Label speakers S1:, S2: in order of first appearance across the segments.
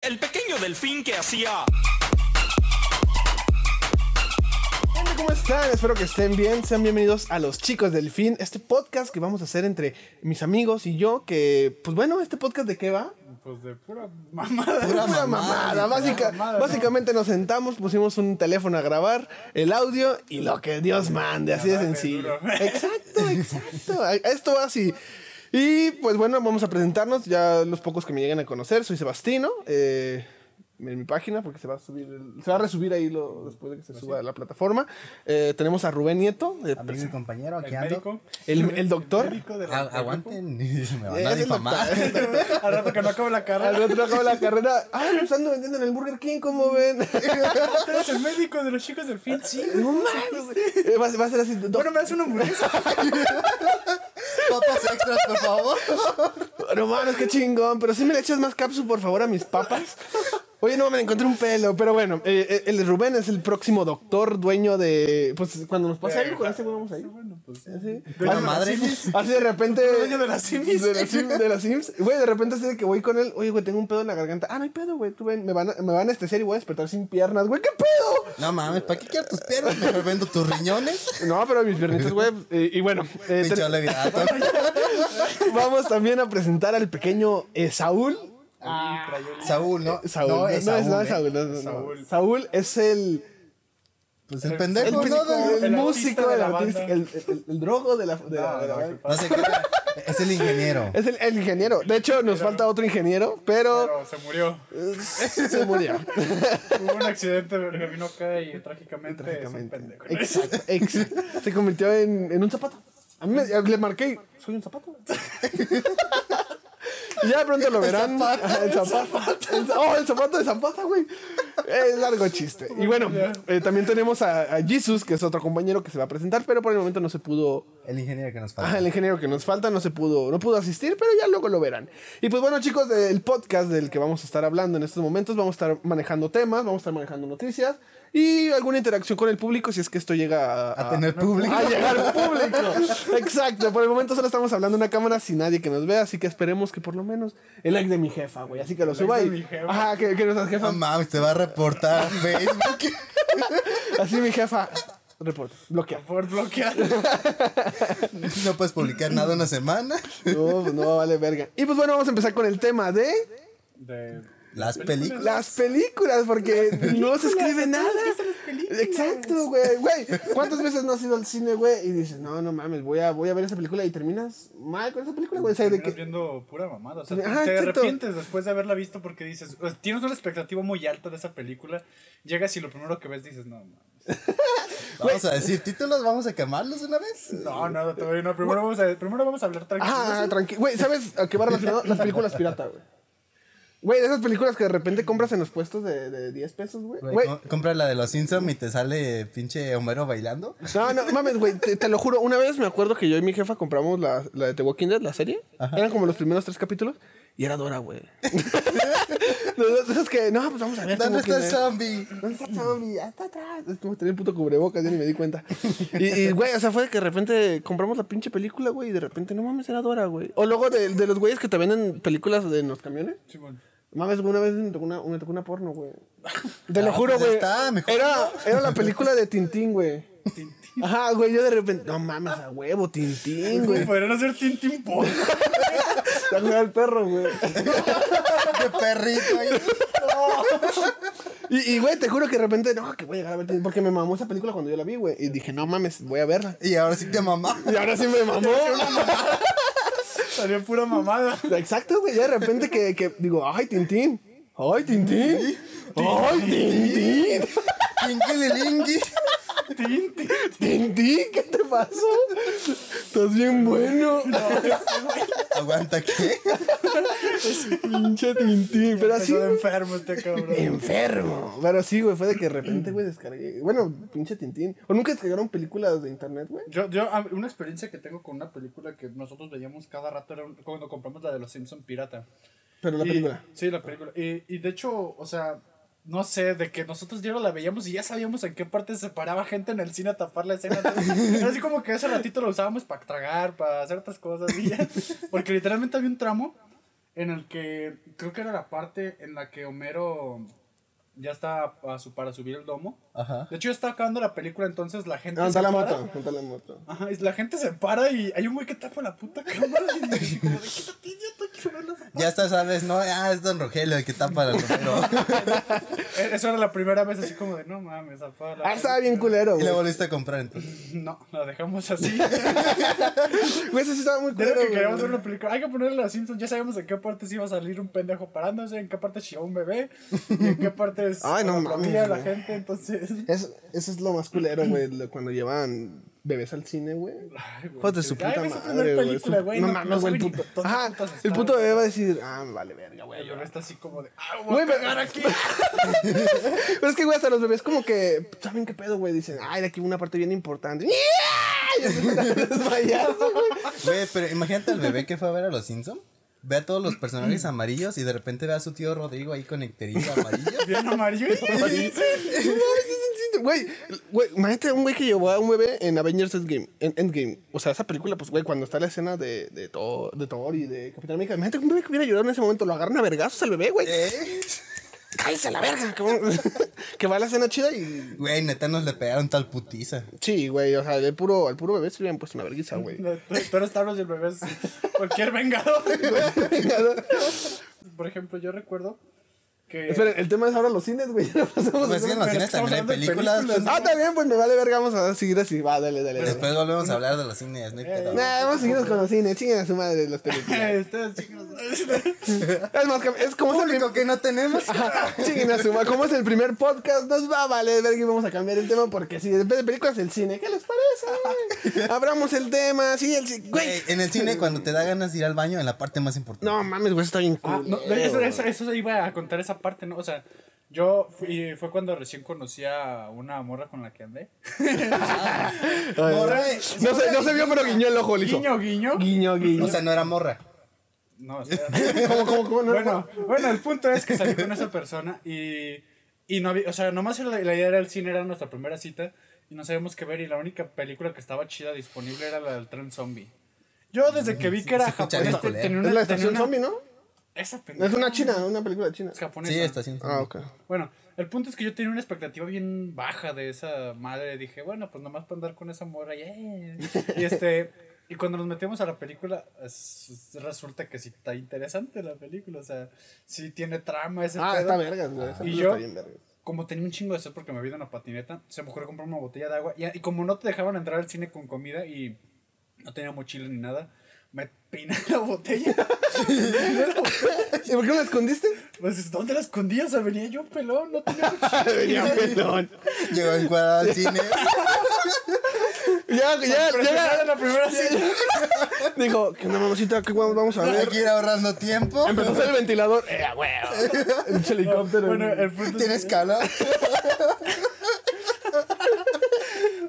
S1: El pequeño delfín que hacía...
S2: Gente, ¿Cómo están? Espero que estén bien. Sean bienvenidos a Los Chicos del Fin, este podcast que vamos a hacer entre mis amigos y yo, que, pues bueno, este podcast de qué va?
S3: Pues de pura mamada.
S2: Pura mamada, básica-
S3: mamada,
S2: básicamente nos sentamos, pusimos un teléfono a grabar, el audio y lo que Dios mande, así de
S3: dale,
S2: sencillo.
S3: duro.
S2: Exacto, exacto. A- Esto va así. Y pues bueno, vamos a presentarnos, ya los pocos que me lleguen a conocer, soy Sebastino, eh, en mi página, porque se va a subir, el- se va a resubir ahí lo, después de que se suba a la plataforma. Eh, tenemos a Rubén Nieto, eh,
S4: Amigo y compañero, aquí
S3: El
S4: ando.
S3: médico.
S2: el, el doctor.
S3: médico de la-
S4: A- aguanten, me van
S2: eh, Es
S4: a
S2: el
S4: difamar.
S2: doctor, es el doctor.
S3: Al rato que no acabe la
S2: Al
S3: carrera.
S2: otro acaba la carrera. Ah, nos ando vendiendo en el Burger King, ¿cómo ven? Eh,
S3: Tú eres el médico de los chicos del fin. Sí.
S2: No mames, güey. Eh, Va, va a ser así. doc-
S3: Bueno, me das una hamburguesa.
S4: Papas extras, por favor.
S2: No mames, qué chingón. Pero sí me le echas más capsu, por favor, a mis papas. Oye, no, me encontré un pelo. Pero bueno, eh, eh, el Rubén es el próximo doctor, dueño de. Pues cuando nos pase algo con este güey, vamos a ir.
S3: Bueno, pues.
S2: Así.
S4: Bueno, madre.
S2: Así de repente.
S3: Dueño de las Sims.
S2: De las Sims. de las Sims. Güey, de repente así de que voy con él. Oye, güey, tengo un pedo en la garganta. Ah, no hay pedo, güey. Tú ven, me van, a, me van a anestesiar y voy a despertar sin piernas, güey. ¿Qué pedo?
S4: No mames, ¿para qué quiero tus piernas? Mejor vendo tus riñones.
S2: No, pero mis piernitas, güey. eh, y bueno, eh,
S4: Pinche
S2: ten-
S4: Ah, ole virato.
S2: vamos también a presentar al pequeño eh, Saúl.
S3: Ah,
S4: Saúl, ¿no?
S2: Saúl.
S4: No, es Saúl.
S2: no
S4: ¿eh?
S2: es Saúl. no, no, no.
S3: Saúl.
S2: Saúl es el,
S4: Pues el
S2: el,
S4: pendejo,
S2: príncipe,
S4: ¿no?
S2: el
S4: Del-
S3: El artista
S2: músico,
S3: de
S2: el,
S3: la
S2: artista,
S3: banda.
S2: el, el- el drogo de la... de la- de la-
S3: Pero,
S4: No sé qué. era. Es el ingeniero.
S2: es el, el ingeniero. De hecho, nos falta otro ingeniero, pero
S3: se murió.
S2: se murió.
S3: Hubo un accidente que vino acá y trágicamente,
S2: Trágicamente.
S3: es un pendejo.
S2: Exacto, exacto. Se convirtió en, en un zapato. A mí me- le marqué, Eh, soy un zapato. Y ya de pronto lo verán. Ajá, El zapato. El za- oh, el zapato de zapata, güey. Es largo chiste. Y bueno, eh, también tenemos a, a Jesus, que es otro compañero que se va a presentar, pero por el momento no se pudo.
S4: El ingeniero que nos
S2: Ah,
S4: falta.
S2: el ingeniero que nos falta no se pudo, no pudo asistir, pero ya luego lo verán. Y pues bueno, chicos, del podcast del que vamos a estar hablando en estos momentos, vamos a estar manejando temas, vamos a estar manejando noticias y alguna interacción con el público si es que esto llega a,
S4: A tener público.
S2: a llegar al público. Exacto, por el momento solo estamos hablando en una cámara sin nadie que nos vea, así que esperemos que por lo menos el like de mi jefa, güey, así que lo suba
S3: de
S2: y
S3: mi jefa.
S2: ajá, que, que nuestra jefa,
S4: No mames, te va a reportar a Facebook.
S2: así mi jefa reporta, bloquea.
S3: Por bloquear.
S4: No puedes publicar nada una semana.
S2: No, pues no vale verga. Y pues bueno, vamos a empezar con el tema de
S3: De...
S4: Las películas.
S2: Las películas, porque no se escribe nada. Exacto, güey, güey. ¿Cuántas veces no has ido al cine, güey? Y dices, no, no mames, voy a, voy a ver esa película y terminas mal con esa película, güey. O sea, de
S3: Estás
S2: que,
S3: viendo pura mamada. O sea,
S2: Ajá,
S3: te
S2: Ah, exacto.
S3: arrepientes después de haberla visto porque dices, o sea, tienes una expectativa muy alta de esa película. Llegas y lo primero que ves dices, no, mames.
S4: Vamos a decir títulos, vamos a quemarlos una vez.
S3: no, no, todavía no. Primero vamos a, primero vamos a hablar tranquilo.
S2: ah, tranquilo. Güey, ¿sabes a qué va relacionado? Las películas pirata, güey. Güey, de esas películas que de repente compras en los puestos de, de 10 pesos, güey.
S4: Güey,
S2: Güey,
S4: com- compra la de los Simpsons y te sale pinche Homero bailando.
S2: No, no, mames, güey, te, te lo juro. Una vez me acuerdo que yo y mi jefa compramos la, la de The Walking Dead, la serie. Eran como los primeros tres capítulos. Y era Dora, güey. Entonces, es que, no, pues vamos a ver. The
S4: ¿Dónde
S2: Walking
S4: está
S2: Dead.
S4: el zombie?
S2: ¿Dónde está Tommy? Ya está atrás. Es como tenía el puto cubrebocas, ya ni me di cuenta. Y, y, güey, o sea, fue de que de repente compramos la pinche película, güey, y de repente, no mames, era Dora, güey. O luego de, de los güeyes que te venden películas de, en los camiones.
S3: Simón.
S2: Mames, güey, una vez me tocó una, me tocó una porno, güey. Te lo
S4: Ah,
S2: juro,
S4: pues ya
S2: güey.
S4: está, mejor
S2: Era, era la película de Tintín, güey. Ajá, güey, yo de repente, no mames, a huevo, Tintín, güey.
S3: Pues Podrían hacer Tintín Pop.
S2: Está jugando al perro, güey.
S4: ¡Qué perrito! ahí.
S2: Y, y, güey, te juro que de repente, no, que voy a llegar a ver Tintín, porque me mamó esa película cuando yo la vi, güey. Y dije, no mames, voy a verla.
S4: Y ahora sí te mamá.
S2: Y ahora sí me mamó.
S3: Salió pura mamada.
S2: Exacto, güey. Ya de repente que, que digo, ay, Tintín. Ay, Tintín. Ay, Tintín.
S4: Tinguililingui.
S3: Tintín.
S2: Tintín, ¿qué te pasó? Estás bien bueno.
S4: ¿Aguanta qué?
S2: Pinche Tintín. Pero así.
S3: Empezó de enfermo este cabrón.
S2: Enfermo. Pero sí, güey, fue de que de repente, güey, descargué. Bueno, pinche Tintín. ¿O nunca descargaron películas de internet, güey?
S3: Yo, yo, a- una experiencia que tengo con una película que nosotros veíamos cada rato era un- cuando compramos la de los Simpson Pirata.
S2: Pero la
S3: Y-
S2: película.
S3: Sí, la película. Y, y de hecho, o sea, no sé, de que nosotros ya no la veíamos y ya sabíamos en qué parte se paraba gente en el cine a tapar la escena. Entonces, era así como que ese ratito lo usábamos para tragar, para hacer otras cosas. y ya. Porque literalmente había un tramo en el que creo que era la parte en la que Homero ya está a su- para subir el domo.
S4: Ajá.
S3: De hecho, ya está acabando la película, entonces la gente.
S2: Anda Ah, la
S3: para.
S2: moto, anda la moto.
S3: Ajá, y la gente se para y hay un güey que tapa la puta cámara y me dice como de quítate, idiota, quiero ver las-".
S4: Ya está, sabes, no, ah, es Don Rogelio el que tapa el ropero.
S3: Eh, Eso era la primera vez así como de no mames, apaga la
S2: Ah, estaba
S3: cámara".
S2: bien culero,
S4: y le
S2: güey.
S4: volviste a comprar entonces.
S3: No, la dejamos así.
S2: Güey, ese sí estaba muy
S3: De lo
S2: culero.
S3: que
S2: güey.
S3: queríamos ver una película. Hay que ponerle a los Simpsons. Ya sabemos en qué partes iba a salir un pendejo parándose, en qué parte chilló un bebé, y en qué partes
S2: Ay, no
S3: aplaudía
S2: mames,
S3: la
S2: güey.
S3: gente. Entonces,
S2: Eso, eso es lo más culero, güey, lo- cuando llevaban bebés al cine, güey. Joder, su
S3: Ay,
S2: puta
S3: güey, es Pues,
S2: madre,
S3: su primer
S2: güey.
S3: película,
S2: Su-
S3: güey,
S2: No
S3: no- no
S2: mames, güey, el
S3: sabe ni
S2: puto.
S3: dónde
S2: Ajá,
S3: putas
S2: el
S3: está,
S2: puto
S3: güey.
S2: bebé va a decir, ah, me vale verga, güey.
S3: el bebé está así como de ah, voy
S2: Güey,
S3: a
S2: pero-
S3: cagar aquí.
S2: Pero es que, güey, hasta los bebés como que, ¿saben qué pedo, güey? Dicen, ay, de aquí una parte bien importante. ¡Yeah! Y empiezan a desmayarse, güey.
S4: Güey, pero imagínate al bebé que fue a ver a los Simpson. Ve a todos los personajes amarillos y de repente ve a su tío Rodrigo ahí con nectarina amarilla.
S3: Bien amarillo.
S2: Güey, güey, imagínate un güey que llevó a un bebé en Avengers Endgame. en- Endgame. O sea, esa película, pues, güey, cuando está la escena de, de, Thor, de Thor y de Capitán América, imagínate un bebé que hubiera llorado en ese momento, lo agarran a vergazos al bebé, güey.
S4: ¿Eh?
S2: ¡Cállese a la verga! cabrón! que va a la escena chida y.
S4: Güey, neta nos le pegaron tal putiza.
S2: Sí, güey, o sea, al puro, al puro bebé se le habían puesto una vergüenza, güey.
S3: Tú eres Thanos y el bebé es cualquier vengador. Por ejemplo, yo recuerdo que.
S2: Esperen, el tema es ahora los cines, güey. ya no pasamos a-
S4: Pues es que en los
S3: pero
S4: cines
S3: estamos
S4: también hay
S3: hablando de
S4: películas.
S3: películas,
S2: Ah, también, pues me vale verga, vamos a seguir así. Va, dale, dale, dale.
S4: Después volvemos a hablar de los cines, no hay pedo.
S2: Nah, vamos a seguirnos con los cines, chinguen a su madre los películas.
S3: Ustedes, chicos.
S2: Es más, es como es el
S4: Público que no tenemos.
S2: primer- chinguen a su madre, como es el primer podcast, nos va a valer verga y vamos a cambiar el tema porque si en vez de películas el cine, ¿qué les parece? Abramos el tema, sí, el cine. Güey,
S4: Güey, en el cine cuando te da ganas de ir al baño, en la parte más importante.
S2: no mames, güey, está bien
S3: Ah,
S2: cool.
S3: no, de- eso, eso, eso iba a contar esa parte, ¿no? O sea, yo fui, fue cuando recién conocí a una morra con la que andé.
S4: Morra,
S2: No se, no se vio, pero guiñó el ojo, liso.
S3: Guiño, guiño.
S2: Guiño, guiño.
S4: O sea, no era morra.
S3: No, espérate.
S2: ¿Cómo, cómo, cómo? No,
S3: bueno, bueno, el punto es que salí con esa persona y, y no había, o sea, nomás la, la idea era el cine, era nuestra primera cita y no sabíamos qué ver y la única película que estaba chida disponible era la del tren zombie. Yo desde que vi que era
S4: se escucha
S3: japonés,
S4: bien
S3: te-
S4: culero.
S3: tenía
S2: no.
S3: una...
S2: Es la estación
S3: tenía
S2: zombie,
S3: una-
S2: ¿no?
S3: Esa pendeja.
S2: Es una china, una película china.
S3: Es japonesa.
S4: Sí, está haciendo.
S2: Ah, ok.
S3: Bueno, el punto es que yo tenía una expectativa bien baja de esa madre. Dije, bueno, pues nomás para andar con esa morra. yeah. Y este. Y cuando nos metemos a la película, es- resulta que sí está interesante la película. O sea, sí tiene trama ese
S2: Ah,
S3: pedo.
S2: está vergas, güey. esa
S3: ¿Y
S2: cosa
S3: yo?
S2: Está bien vergas.
S3: Como tenía un chingo de sed porque me había ido en una patineta, se me ocurrió comprar una botella de agua. Y, y como no te dejaban entrar al cine con comida y no tenía mochila ni nada, me peiné la botella.
S2: ¿Y por qué no la escondiste?
S3: pues, ¿dónde la escondí? O sea, venía yo pelón, no tenía mochila.
S2: Venía pelón.
S4: Llegó encuadrado al cine.
S2: Ya, ya,
S3: Pero
S2: ya.
S3: en la primera cita.
S2: Dijo, que no, mamacita, ¿qué guau- vamos a
S4: Hay
S2: ver?
S4: que ir ahorrando tiempo.
S2: Empezó a hacer el ventilador. ¡Eh, a huevo! El helicóptero.
S3: Bueno, el punto es
S4: Tienes calor.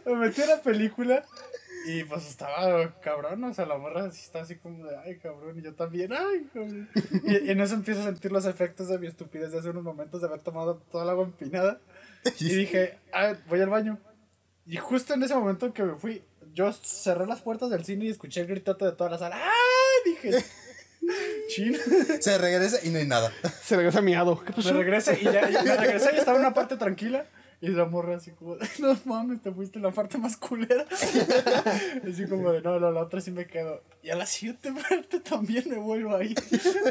S3: que me metí a la película y pues estaba cabrón, o sea, la morra así está así como de, ay, cabrón, y yo también, ay, cabrón. Y, y en eso empiezo a sentir los efectos de mi estupidez de hace unos momentos de haber tomado toda el agua empinada. Y dije, ah, voy al baño. Y justo en ese momento que me fui, yo cerré las puertas del cine y escuché el gritote de toda la sala. ¡Ah! Dije, chino.
S4: Se regresa y no hay nada.
S2: Se regresa miado. ¿Qué
S3: Me
S2: pasó?
S3: regresé y ya, ya me regresé y estaba en una parte tranquila. Y la morra así como, no mames, te fuiste en la parte más culera. Así como de, no, no, la otra sí me quedo. Y a la siguiente parte también me vuelvo ahí.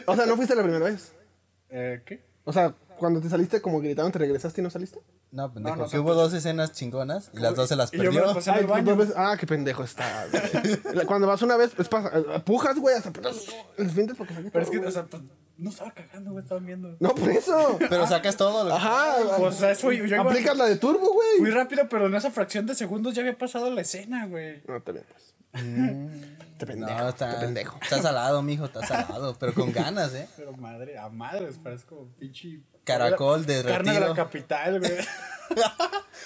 S2: O sea, no fuiste la primera vez.
S3: Eh, ¿Qué?
S2: O sea, cuando te saliste, como gritaron, te regresaste y no saliste.
S3: Pues
S4: No, pendejo.
S3: No, no,
S4: que hubo dos escenas chingonas y las dos se las
S3: Y yo me
S4: perdió.
S3: la pasé en
S2: Ay,
S3: el baño.
S2: dos veces- Ah, qué pendejo está. güey. La- Cuando vas una vez, pues pasa. eh, Pujas, güey, hasta el fintes porque saqué
S3: Pero es
S2: todo,
S3: que,
S2: güey.
S3: o sea, pues no estaba cagando, güey, estaba viendo.
S2: No, por eso.
S4: Pero sacas todo. lo-
S2: Ajá.
S3: O sea, eso yo iba
S2: Aplicas la de turbo,
S3: muy
S2: güey.
S3: rápido, pero en esa fracción de segundos ya había pasado la escena, güey.
S2: No, está bien, pues.
S3: Mm.
S2: Te pendejo.
S4: No,
S2: Te
S4: está.
S2: pendejo.
S4: Está salado, mijo, está salado. Pero con ganas, ¿eh?
S3: Pero madre, a madres, parezco pinche.
S4: Caracol de
S3: Carne de la
S4: retiro.
S3: capital, güey.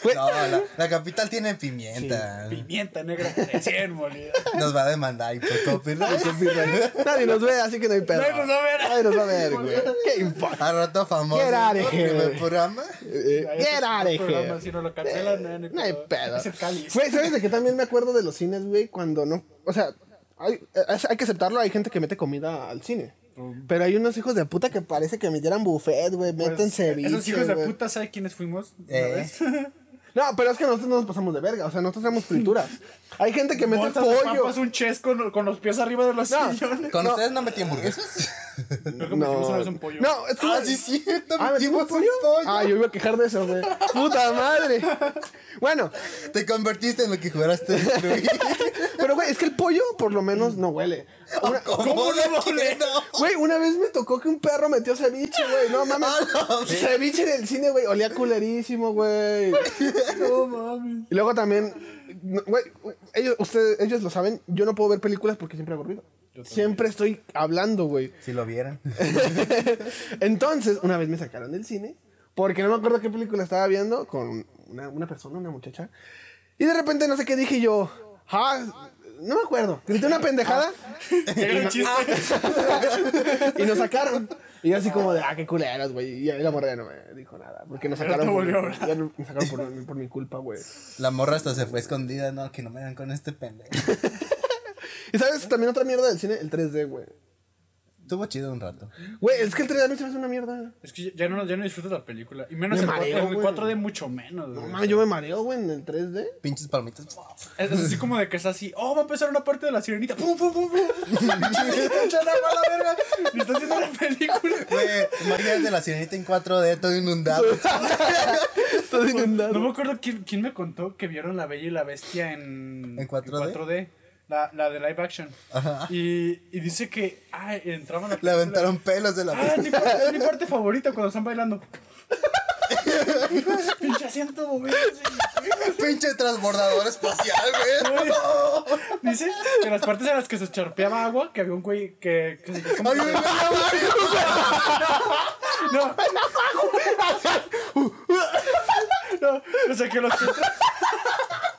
S2: Güey.
S4: No, la, la capital tiene pimienta.
S3: Pimienta negra recién molida.
S4: Nos va a demandar y por copyright.
S2: Nadie nos ve, así que no hay pedo.
S3: Nadie nos va a ver.
S2: Nadie nos va a ver, güey. ¿Qué importa?
S4: Al rato famoso.
S2: Get out of here.
S4: Primer programa.
S2: Eh,
S3: Ahí
S2: Get
S3: está
S2: out
S3: el
S2: of
S3: programa,
S2: here. Eh,
S3: Si no lo cancelan, no hay ni
S2: No hay pedo.
S3: Es el cáliz.
S2: Güey, ¿sabes de qué también me acuerdo de los cines, güey? Cuando no. O sea, hay, eh, hay que aceptarlo, hay gente que mete comida al cine.
S3: pero-
S2: Pero hay unos hijos de puta que parece que metieran buffet, güey.
S3: pues,
S2: Métanse
S3: Esos
S2: vicios,
S3: hijos de
S2: güey.
S3: puta, ¿sabe quiénes fuimos?
S4: Eh.
S2: No, pero es que nosotros no nos pasamos de verga. O sea, nosotros tenemos frituras. Hay gente que mete
S3: Bolsas de
S2: pollo.
S3: papas, un ches con, con los pies arriba de los
S2: No.
S3: sillones.
S4: ¿Con
S2: No.
S4: ustedes no metí hamburguesas?
S3: Creo que metimos una vez un pollo.
S2: No, tú-
S4: cierto,
S2: Ah, ¿metimos pollo? Ah, yo iba a quejar de eso, güey. Puta madre. Bueno,
S4: Te convertiste en lo que juraste destruir.
S2: pero güey, es que el pollo por lo menos no huele. Una-
S4: ¿Cómo no bolero?
S2: Güey, una vez me tocó que un perro metió ceviche, güey. No mames. ceviche en el cine, güey. Olía culerísimo, güey.
S3: No mames.
S2: Y luego también, no, güey, ellos, ustedes, ellos lo saben, yo no puedo ver películas porque siempre hago ruido. Siempre estoy hablando, güey.
S4: Si lo vieran.
S2: Entonces, una vez me sacaron del cine, porque no me acuerdo qué película estaba viendo, con una, una persona, una muchacha. Y de repente, no sé qué dije y yo. "Ah", no me acuerdo. Grité una pendejada
S3: Era un chiste.
S2: Ah. y nos sacaron. Y yo así como de, ah, qué culeros, güey. Y ahí la morra ya no me dijo nada. Porque nos
S3: Pero
S2: sacaron,
S3: te
S2: por,
S3: volvió a hablar.
S2: ya no- nos sacaron por, por mi culpa, güey.
S4: La morra hasta se fue escondida. No, que no me dan con este pendejo.
S2: Y sabes, también otra mierda del cine, el 3D, güey.
S4: Estuvo chido un rato.
S2: Güey, es que el 3D a mí se me hace una mierda.
S3: Es que ya no, ya no disfrutas la película. Y menos
S2: Me
S3: el,
S2: mareo,
S3: cuatro- el
S2: güey.
S3: 4D, mucho menos.
S2: No
S3: güey.
S2: mames, yo me mareo, güey, en el 3D.
S4: Pinches palomitas.
S3: Es es así como de que está así, oh, va a empezar una parte de la sirenita. ¡Pum, pum, pum, pum! ¡Escucha la mala verga! ¡Me está haciendo la película!
S4: Güey, imagínate la sirenita en 4D, todo inundado.
S2: Estás inundado.
S3: No me acuerdo quién, quién me contó que vieron La Bella y la Bestia en,
S4: ¿En 4D?
S3: la, la de live action. Y, y dice que, ah, entraban a
S4: Le aventaron pelos de la
S3: Ah,
S4: pista.
S3: mi parte, es mi parte favorita cuando están bailando. Pinche asiento, güey.
S4: Pinche transbordador espacial, güey.
S3: Dice que las partes en las que se charpeaba agua, que había un güey que. que se-
S4: Ay, güey, güey,
S3: No. No, o sea que los que entran-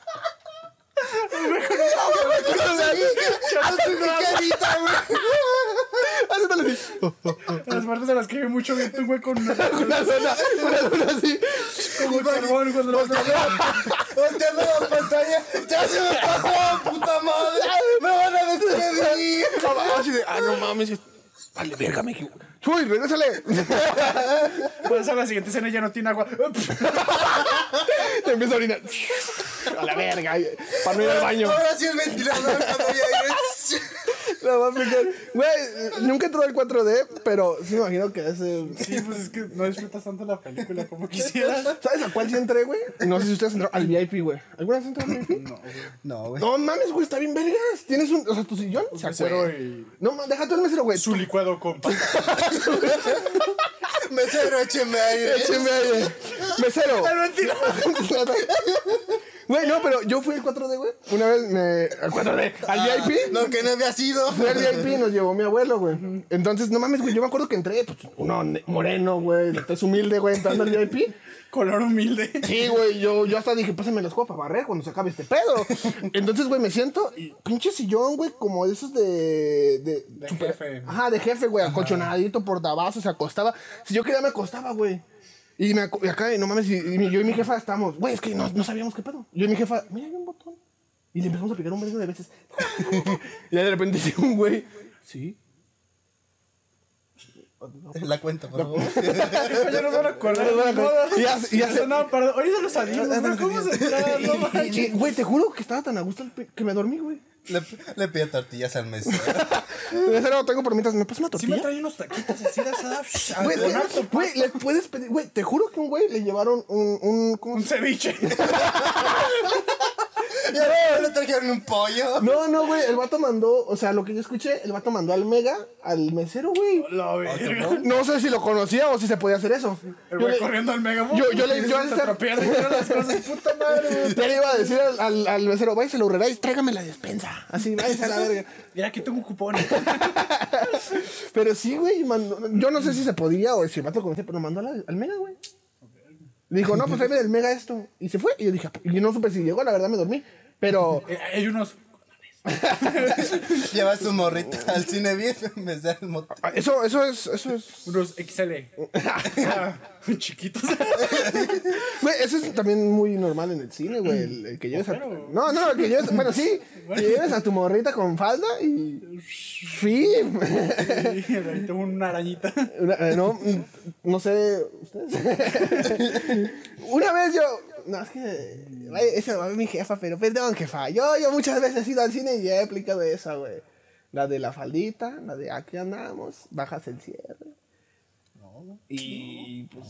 S2: Haciéndole así.
S3: las partes en las que hay mucho viento, un güey, con una
S2: Una luna, una luna así.
S3: carbón cuando lo
S4: Volteando la pantalla. Ya se me pasó, puta madre. Me van a despedir.
S2: Así de, ah, no mames. Vale, verga, me equivoco. Chuy, regrésale.
S3: Pasa Pues, a la siguiente escena y ya no tiene agua.
S2: Te empieza a orinar. A la verga. Para no ir al baño.
S4: Ahora sí el ventilador cuando ya es-
S2: No, va a picar. Güey, nunca entró el 4D, pero sí me imagino que ese.
S3: Sí, pues es que no disfrutas tanto la película como quisieras.
S2: ¿Sabes a cuál sí entré, güey? No sé si ustedes entraron al VIP, güey. ¿Alguna vez entraron al VIP?
S3: No, güey.
S4: No, güey.
S2: No mames, güey, está bien vergas. Tienes un. O sea, tu sillón se
S3: mesero
S2: acuerda.
S3: y-
S2: No mames, déjate el mesero, güey.
S3: Su licuado con pasta.
S4: Mesero, écheme aire.
S2: Écheme aire. Mesero.
S3: El ventilador.
S2: Güey, no, pero yo fui al 4D, güey. Una vez me. Al 4D. Al
S4: Ah,
S2: VIP.
S4: Lo que no había sido.
S2: Fui al VIP y nos llevó mi abuelo, güey. Entonces, no mames, güey. Yo me acuerdo que entré, pues, uno ne- moreno, güey. Es humilde, güey, entrando al VIP.
S3: Color humilde.
S2: Sí, güey, yo, yo hasta dije, pásame los juegos para barrer cuando se acabe este pedo. Entonces, güey, me siento y pinche sillón, güey, como de esos de. De,
S3: De jefe.
S2: Ajá, de jefe, güey, acolchonadito por tabazo, se acostaba. Si yo quería, me acostaba, güey. Y, me, acu- y acá, y no mames, y, y mi- yo y mi jefa estamos, güey, es que no, no sabíamos qué pedo. Yo y mi jefa, mira, hay un botón. Y le empezamos a picar un vergo de veces. y de repente llega un güey, sí.
S4: La cuenta, por favor.
S3: Yo no me acuerdo.
S2: No me acuerdo. Y hace- y hace-
S3: No, perdón. Ahorita los salimos, pero ¿cómo se entraba? No manches.
S2: Y- Güey, te juro que estaba tan a gusto el pe- que me dormí, güey.
S4: Le, le pido tortillas al mesero.
S2: Mesero, tengo palomitas, ¿me pasas una
S3: Sí
S2: tortilla?
S3: me trae unos taquitos así de asada. psh,
S2: Güey,
S3: con
S2: güey,
S3: harto pan.
S2: güey, les puedes pedir, güey, te juro que un güey le llevaron un, un, ¿cómo
S3: Un
S2: se-
S3: ceviche.
S4: Y ahora le trajeron un pollo.
S2: No, no, güey, el vato mandó, o sea, lo que yo escuché, el vato mandó al mega, al mesero, güey.
S3: La verga.
S2: No sé si lo conocía o si se podía hacer eso.
S3: El
S2: Yo
S3: güey
S2: le,
S3: corriendo al mega.
S2: yo- yo le- yo
S3: Se
S2: le-
S3: atropellaron y eran las cosas. Puta madre, güey.
S2: ya le iba a decir al, al, al mesero, váyase a la urrera y tráigame la despensa. Así, váyase a la verga.
S3: Mira, aquí tengo un cupón.
S2: Pero sí, güey, mandó- yo no sé si se podía o si el vato conocía, pero mandó a la- al mega, güey. Le dijo, no, pues tráeme "Ah, del mega esto. Y se fue. Y yo dije, y no supe si llegó, la verdad me dormí. Pero
S3: Eh, Hay unos.
S4: Llevas tu morrita al cine bien en vez de al motel.
S2: Ah, Eso, eso es, eso es.
S3: Unos XL. Ah, chiquitos.
S2: Güey, eso es también muy normal en el cine, güey. El, el que lleves a.
S3: Pero-
S2: No, no, el que lleves. Bueno, sí. Que lleves a tu morrita con falda y. Fin.
S3: Y ahí tengo una arañita.
S2: Una- eh, no, mm, no sé, ¿ustedes? Una vez yo. No, es que. güey, Esa va a ver mi jefa, pero perdón, jefa. Yo, yo muchas veces he ido al cine y he aplicado esa, güey. La de la faldita, la de aquí andamos, bajas el cierre. Y pues.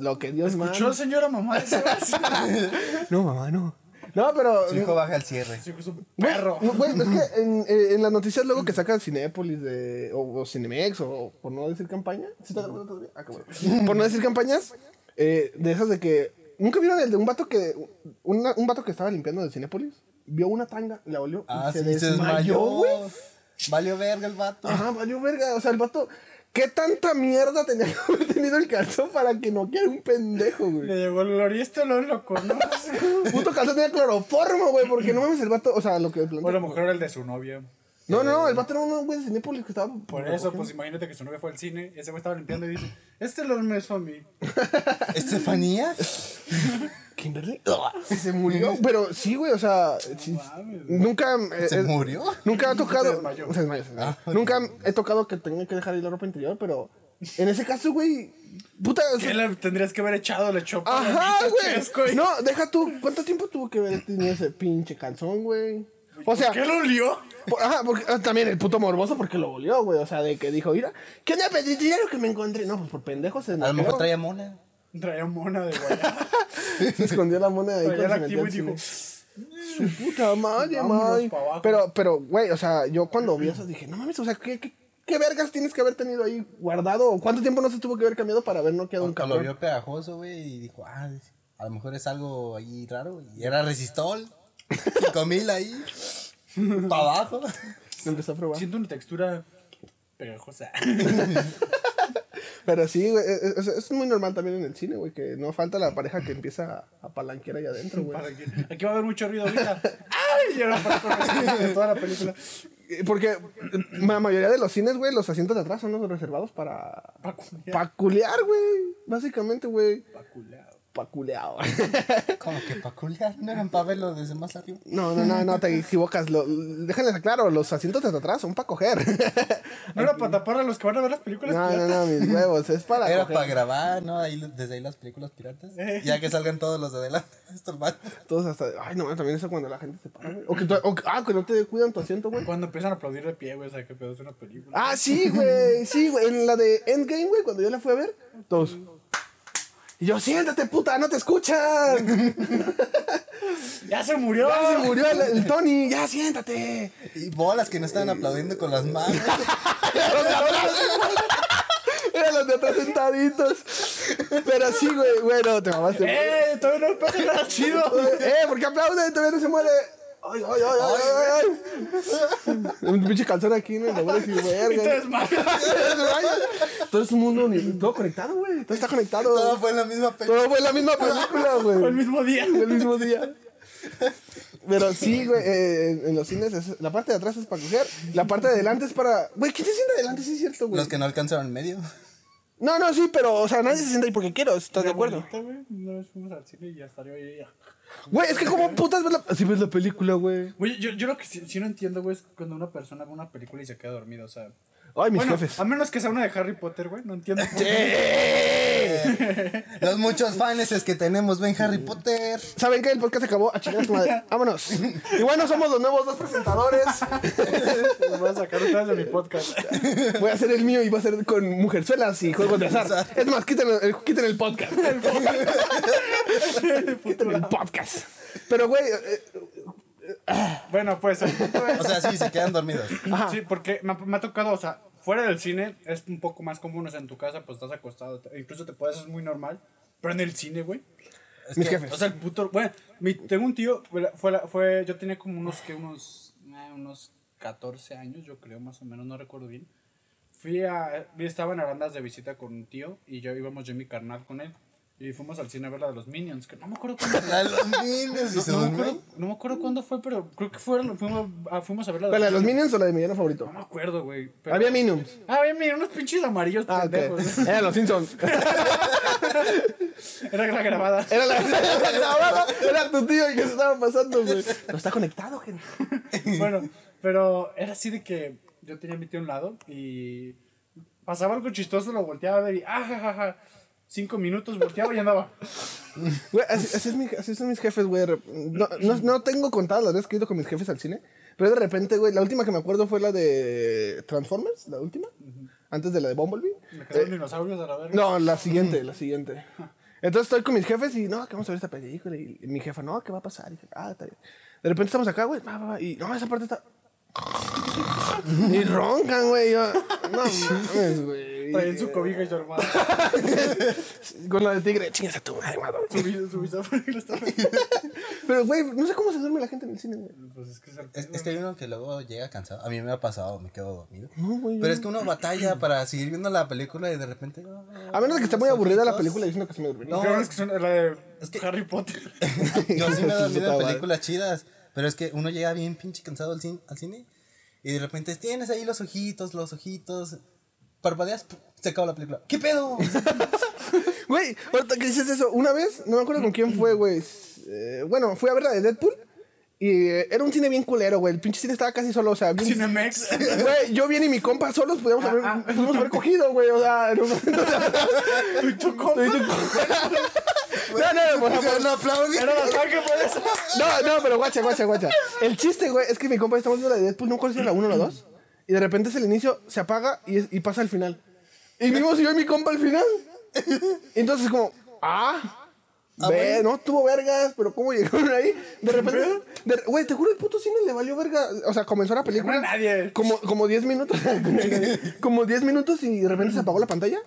S2: Lo que Dios
S3: Yo,
S2: manda.
S3: señora mamá de Sebastián.
S2: No, mamá, no. No, pero.
S4: Su hijo baja al cierre.
S3: Sí, Es un
S2: Güey,
S3: perro.
S2: no, güey, es que en, eh, en las noticias luego que sacan Cinépolis de, o, o Cinemex, o por no decir campaña. ¿sí está grabando todavía? Ah, cabrón. Por no decir campañas, eh, de esas de que. ¿Nunca vieron el de un vato que. una- un vato que estaba limpiando de Cinépolis? Vio una tanga, la olió.
S4: Ah,
S2: y
S4: sí, se desmayó,
S2: güey.
S4: güey. Valió verga el vato.
S2: Ajá, valió verga. O sea, el vato. ¿Qué tanta mierda tenía que haber tenido el calzón para que no quiera un pendejo, güey?
S3: Le llegó el oriesto, lo loco, ¿no?
S2: Puto calzón tenía cloroformo, güey, porque no mames el vato. O sea, lo que.
S3: O a
S2: plantea-
S3: lo mejor era el de su novia.
S2: No, no, no, el vato era un güey de Cinépolis que estaba.
S3: Eh, Por eso, pues imagínate que su novia fue al cine, ese güey estaba limpiando y dice, este lo me hizo a mí.
S4: ¿Estefanía?
S2: Kimberly se murió. ¡Ah! Pero sí, güey, o sea, sí,
S3: mames.
S2: nunca. eh,
S4: ¿Se
S2: eh,
S4: murió?
S2: Nunca ha tocado.
S3: Se desmayó.
S2: se desmayó, se desmayó.
S4: Ah,
S2: Nunca he tocado que tenga que dejar ahí la ropa interior, pero en ese caso, güey. Puta. o sea,
S3: ¿Qué le tendrías que haber echado? Le echó
S2: Ajá,
S3: palomitas, chesco,
S2: güey. No, deja tú. ¿Cuánto tiempo tuvo que ver tenido ese pinche calzón, güey? O sea,
S3: ¿Qué lo olió?
S2: por- ajá, porque, ah, también el puto morboso porque lo volvió, güey. O sea, de que dijo, mira, ¿qué onda, dinero que me encontré? No, pues por pendejos se
S4: A lo mejor
S2: enojó.
S4: traía mona.
S3: Traía mona de guayaba.
S2: Se escondió la moneda ahí
S3: Traía el
S2: cuando se metió
S3: activo y
S2: al cine.
S3: dijo,
S2: Su puta madre,
S3: Vámonos
S2: madre.
S3: pa' abajo.
S2: Pero, pero, güey, o sea, yo cuando vi eso dije, no mames, o sea, ¿qué, qué, qué vergas tienes que haber tenido ahí guardado? ¿O ¿Cuánto tiempo no se tuvo que haber cambiado para haber no quedado un
S4: Cuando lo
S2: cabrón?
S4: vio pegajoso, güey, y dijo, ah, a lo mejor es algo ahí raro. Y era resistol. 5000 ahí. Para abajo.
S2: Me empezó a probar.
S3: siento una textura pegajosa.
S2: Pero sí, güey, e, es, es- es muy normal también en el cine, güey, que no falta la pareja que empieza a, a palanquear ahí adentro, güey.
S3: Para que- Aquí va a haber mucho ruido ahorita. ¡Ay! Y era para correr de toda la película.
S2: Eh, Porque la mayoría de los cines, güey, los asientos de atrás son los reservados para...
S3: Pa' culiar.
S2: Pa' culear, güey. Básicamente, güey.
S3: Pa' culiar.
S2: Pa' culear.
S4: Como que para culiar, no eran para verlo desde más arriba.
S2: No, no, no, no, te equivocas. Lo, déjenles claro, los asientos de atrás son para coger.
S3: No era para tapar a los que van a ver las películas.
S2: No, no,
S3: piratas.
S2: no, mis huevos, es para
S4: Era
S2: coger.
S4: para grabar, ¿no? Ahí, desde ahí las películas piratas. Ya que salgan todos los de adelante. estorbar.
S2: Todos hasta... Ay, no, también eso cuando la gente se para. güey. O que, tú- o que- ah, que no te cuidan tu asiento, güey.
S3: Cuando empiezan a aplaudir de pie, güey, o sea, que pedo es una película.
S2: Ah, sí, güey, sí, güey. En la de Endgame, güey, cuando yo la fui a ver, todos... Y yo, siéntate, puta, no te escuchan.
S3: ¡Ya se murió!
S2: Se murió el, el Tony, ya, siéntate.
S4: Y bolas que no estaban aplaudiendo con las manos.
S2: Eran los de atrás sentaditos. Pero sí, güey, bueno, te mamaste.
S3: ¡Eh! Todavía no pasa nada chido.
S2: ¡Eh! ¿Por qué aplauden? Todavía no se muere. ¡Ay, ay, ay, ay, ay! ay. Un pinche calzón aquí, ¿no? Lo voy a decir,
S3: Y te
S2: verga.
S3: desmayas.
S2: Todo es un mundo, uni- todo conectado, güey. Todo está conectado.
S4: Todo fue en la misma película.
S2: Todo fue la misma película,
S3: Fue el
S2: güey.
S3: mismo día.
S2: El mismo día. Pero sí, güey, eh, en- en los cines es- la parte de atrás es para coger, la parte de adelante es para... Güey, ¿quién se sienta adelante? Sí es cierto, güey.
S4: Los que no alcanzaron medio.
S2: No, no, sí, pero, o sea, nadie se sienta ahí porque quiero, ¿estás de acuerdo?
S3: Ahorita, güey, una vez fuimos al cine y ya salió ella.
S2: Güey, es que como putas ves la... Así ves la película, güey.
S3: Güey, yo, yo lo que sí, sí no entiendo, güey, es cuando una persona ve una película y se queda dormida, o sea.
S2: Ay, mis
S3: bueno,
S2: jefes.
S3: a menos que sea una de Harry Potter, güey, no entiendo. por qué.
S4: Los muchos fans que tenemos ven Harry Potter.
S2: ¿Saben qué? El podcast se acabó. A chingar a tu madre. Vámonos. Y bueno, somos los nuevos dos presentadores.
S3: Los voy a sacar ustedes de mi podcast.
S2: Voy a hacer el mío y va a ser con mujerzuelas y juegos de azar. Es más, quiten el, quiten el podcast. quiten el podcast. Pero, güey, eh,
S3: Bueno, pues. el punto es-
S4: O sea, sí, se quedan dormidos.
S3: Sí, porque me, ha- me ha tocado, o sea, fuera del cine es un poco más común, o sea, en tu casa pues estás acostado, te- incluso te puedes, es muy normal, pero en el cine, güey.
S4: Es
S2: mis
S4: que-
S2: jefes.
S3: O sea, el puto, bueno, mi, tengo un tío, fue, la- fue, la- fue- yo tenía como unos, que unos, eh, unos 14 años, yo creo, más o menos, no recuerdo bien. eh, Fui a, estaba en Arandas de visita con un tío y yo íbamos yo y mi carnal con él. Y fuimos al cine a ver la de los Minions, que no me acuerdo cuándo.
S4: La de los Minions, y
S3: No,
S4: se
S3: no me
S4: durmió.
S3: acuerdo, no me acuerdo cuándo fue, pero creo que fueron, fuimos, a, fuimos a ver la
S2: ¿Cuál, ¿La de los Minions o la de mi villano favorito?
S3: No me acuerdo, güey. pero-
S2: Había Minions.
S3: Ah, había Minions, unos pinches amarillos
S2: Ah, ok.
S3: pendejos.
S2: Eran los Simpsons.
S3: Era la grabada.
S2: Era la, la grabada, era tu tío el que se estaba pasando, güey. No está conectado, gente.
S3: bueno, pero era así de que yo tenía a mi tío a un lado y pasaba algo chistoso, lo volteaba a ver y ah, ja, ja, ja. Cinco minutos volteaba y andaba.
S2: Güey, así, así es mi- así son mis jefes, güey. de rep- No, no, no tengo contadas las veces que he ido con mis jefes al cine. Pero de repente, güey, la última que me acuerdo fue la de Transformers, la última. Antes de la de Bumblebee.
S3: Me quedaron dinosaurios a la verga.
S2: Eh, No, la siguiente, la siguiente. Entonces estoy con mis jefes y no, que vamos a ver esta película. Y mi jefa, no, ¿qué va a pasar? Y dije, ah, está bien. De repente estamos acá, güey, va, va, va, y no, esa parte está. Y roncan, güey. yo, No mames, güey.
S3: Traía en su cobija y su hermano.
S2: Con la de tigre, chingas a tu madre, madre.
S3: Su, su bisabuelo estaba.
S2: Pero, güey, no sé cómo se duerme la gente en el cine, güey.
S3: Pues es que es el
S4: Es, es que hay uno que luego llega cansado. A mí me ha pasado, me quedo dormido.
S2: No, güey,
S4: Pero es que uno batalla para seguir viendo la película y de repente. "Ah".
S2: A menos de que esté muy aburrida la película diciendo que se me dormiría.
S3: Creo que es que son- la de
S4: Es que-
S3: Harry Potter.
S4: Yo
S3: Pues
S4: sí me he
S2: Su
S4: dormido
S2: puta
S4: en
S2: madre.
S4: películas chidas. Pero es que uno llega bien pinche cansado al, cin- al cine y de repente tienes ahí los ojitos, los ojitos. Parpadeas, pu- se acaba la película. ¿Qué pedo?
S2: Güey, ahorita que dices eso, una vez, no me acuerdo con quién fue, güey. s- eh, bueno, fui a ver la de Deadpool. Y eh, era un cine bien culero, güey. El pinche cine estaba casi solo, o sea, bien-
S3: Cinemex.
S2: Güey, yo bien y mi compa solos podíamos haber,
S3: Ah, ah.
S2: pudimos haber cogido, güey. O sea, no, no,
S3: Tú y tu compa.
S2: no, por favor,
S4: no aplauden.
S3: Era la tanque por eso.
S2: no, no, pero guacha, guacha, guacha. El chiste, güey, es que mi compa estamos viendo la de Deadpool, no recuerdo si era la 1 o la 2. Y de repente es el inicio, se apaga y, es- y pasa al final. Y vimos yo y mi compa al final. Y entonces, como, ah. Ve, no tuvo vergas, pero ¿cómo llegaron ahí? De repente, de- güey, te juro, el puto cine le valió verga. O sea, comenzó la película.
S3: No era nadie.
S2: Como, como 10 minutos. como 10 minutos y de repente se apagó la pantalla.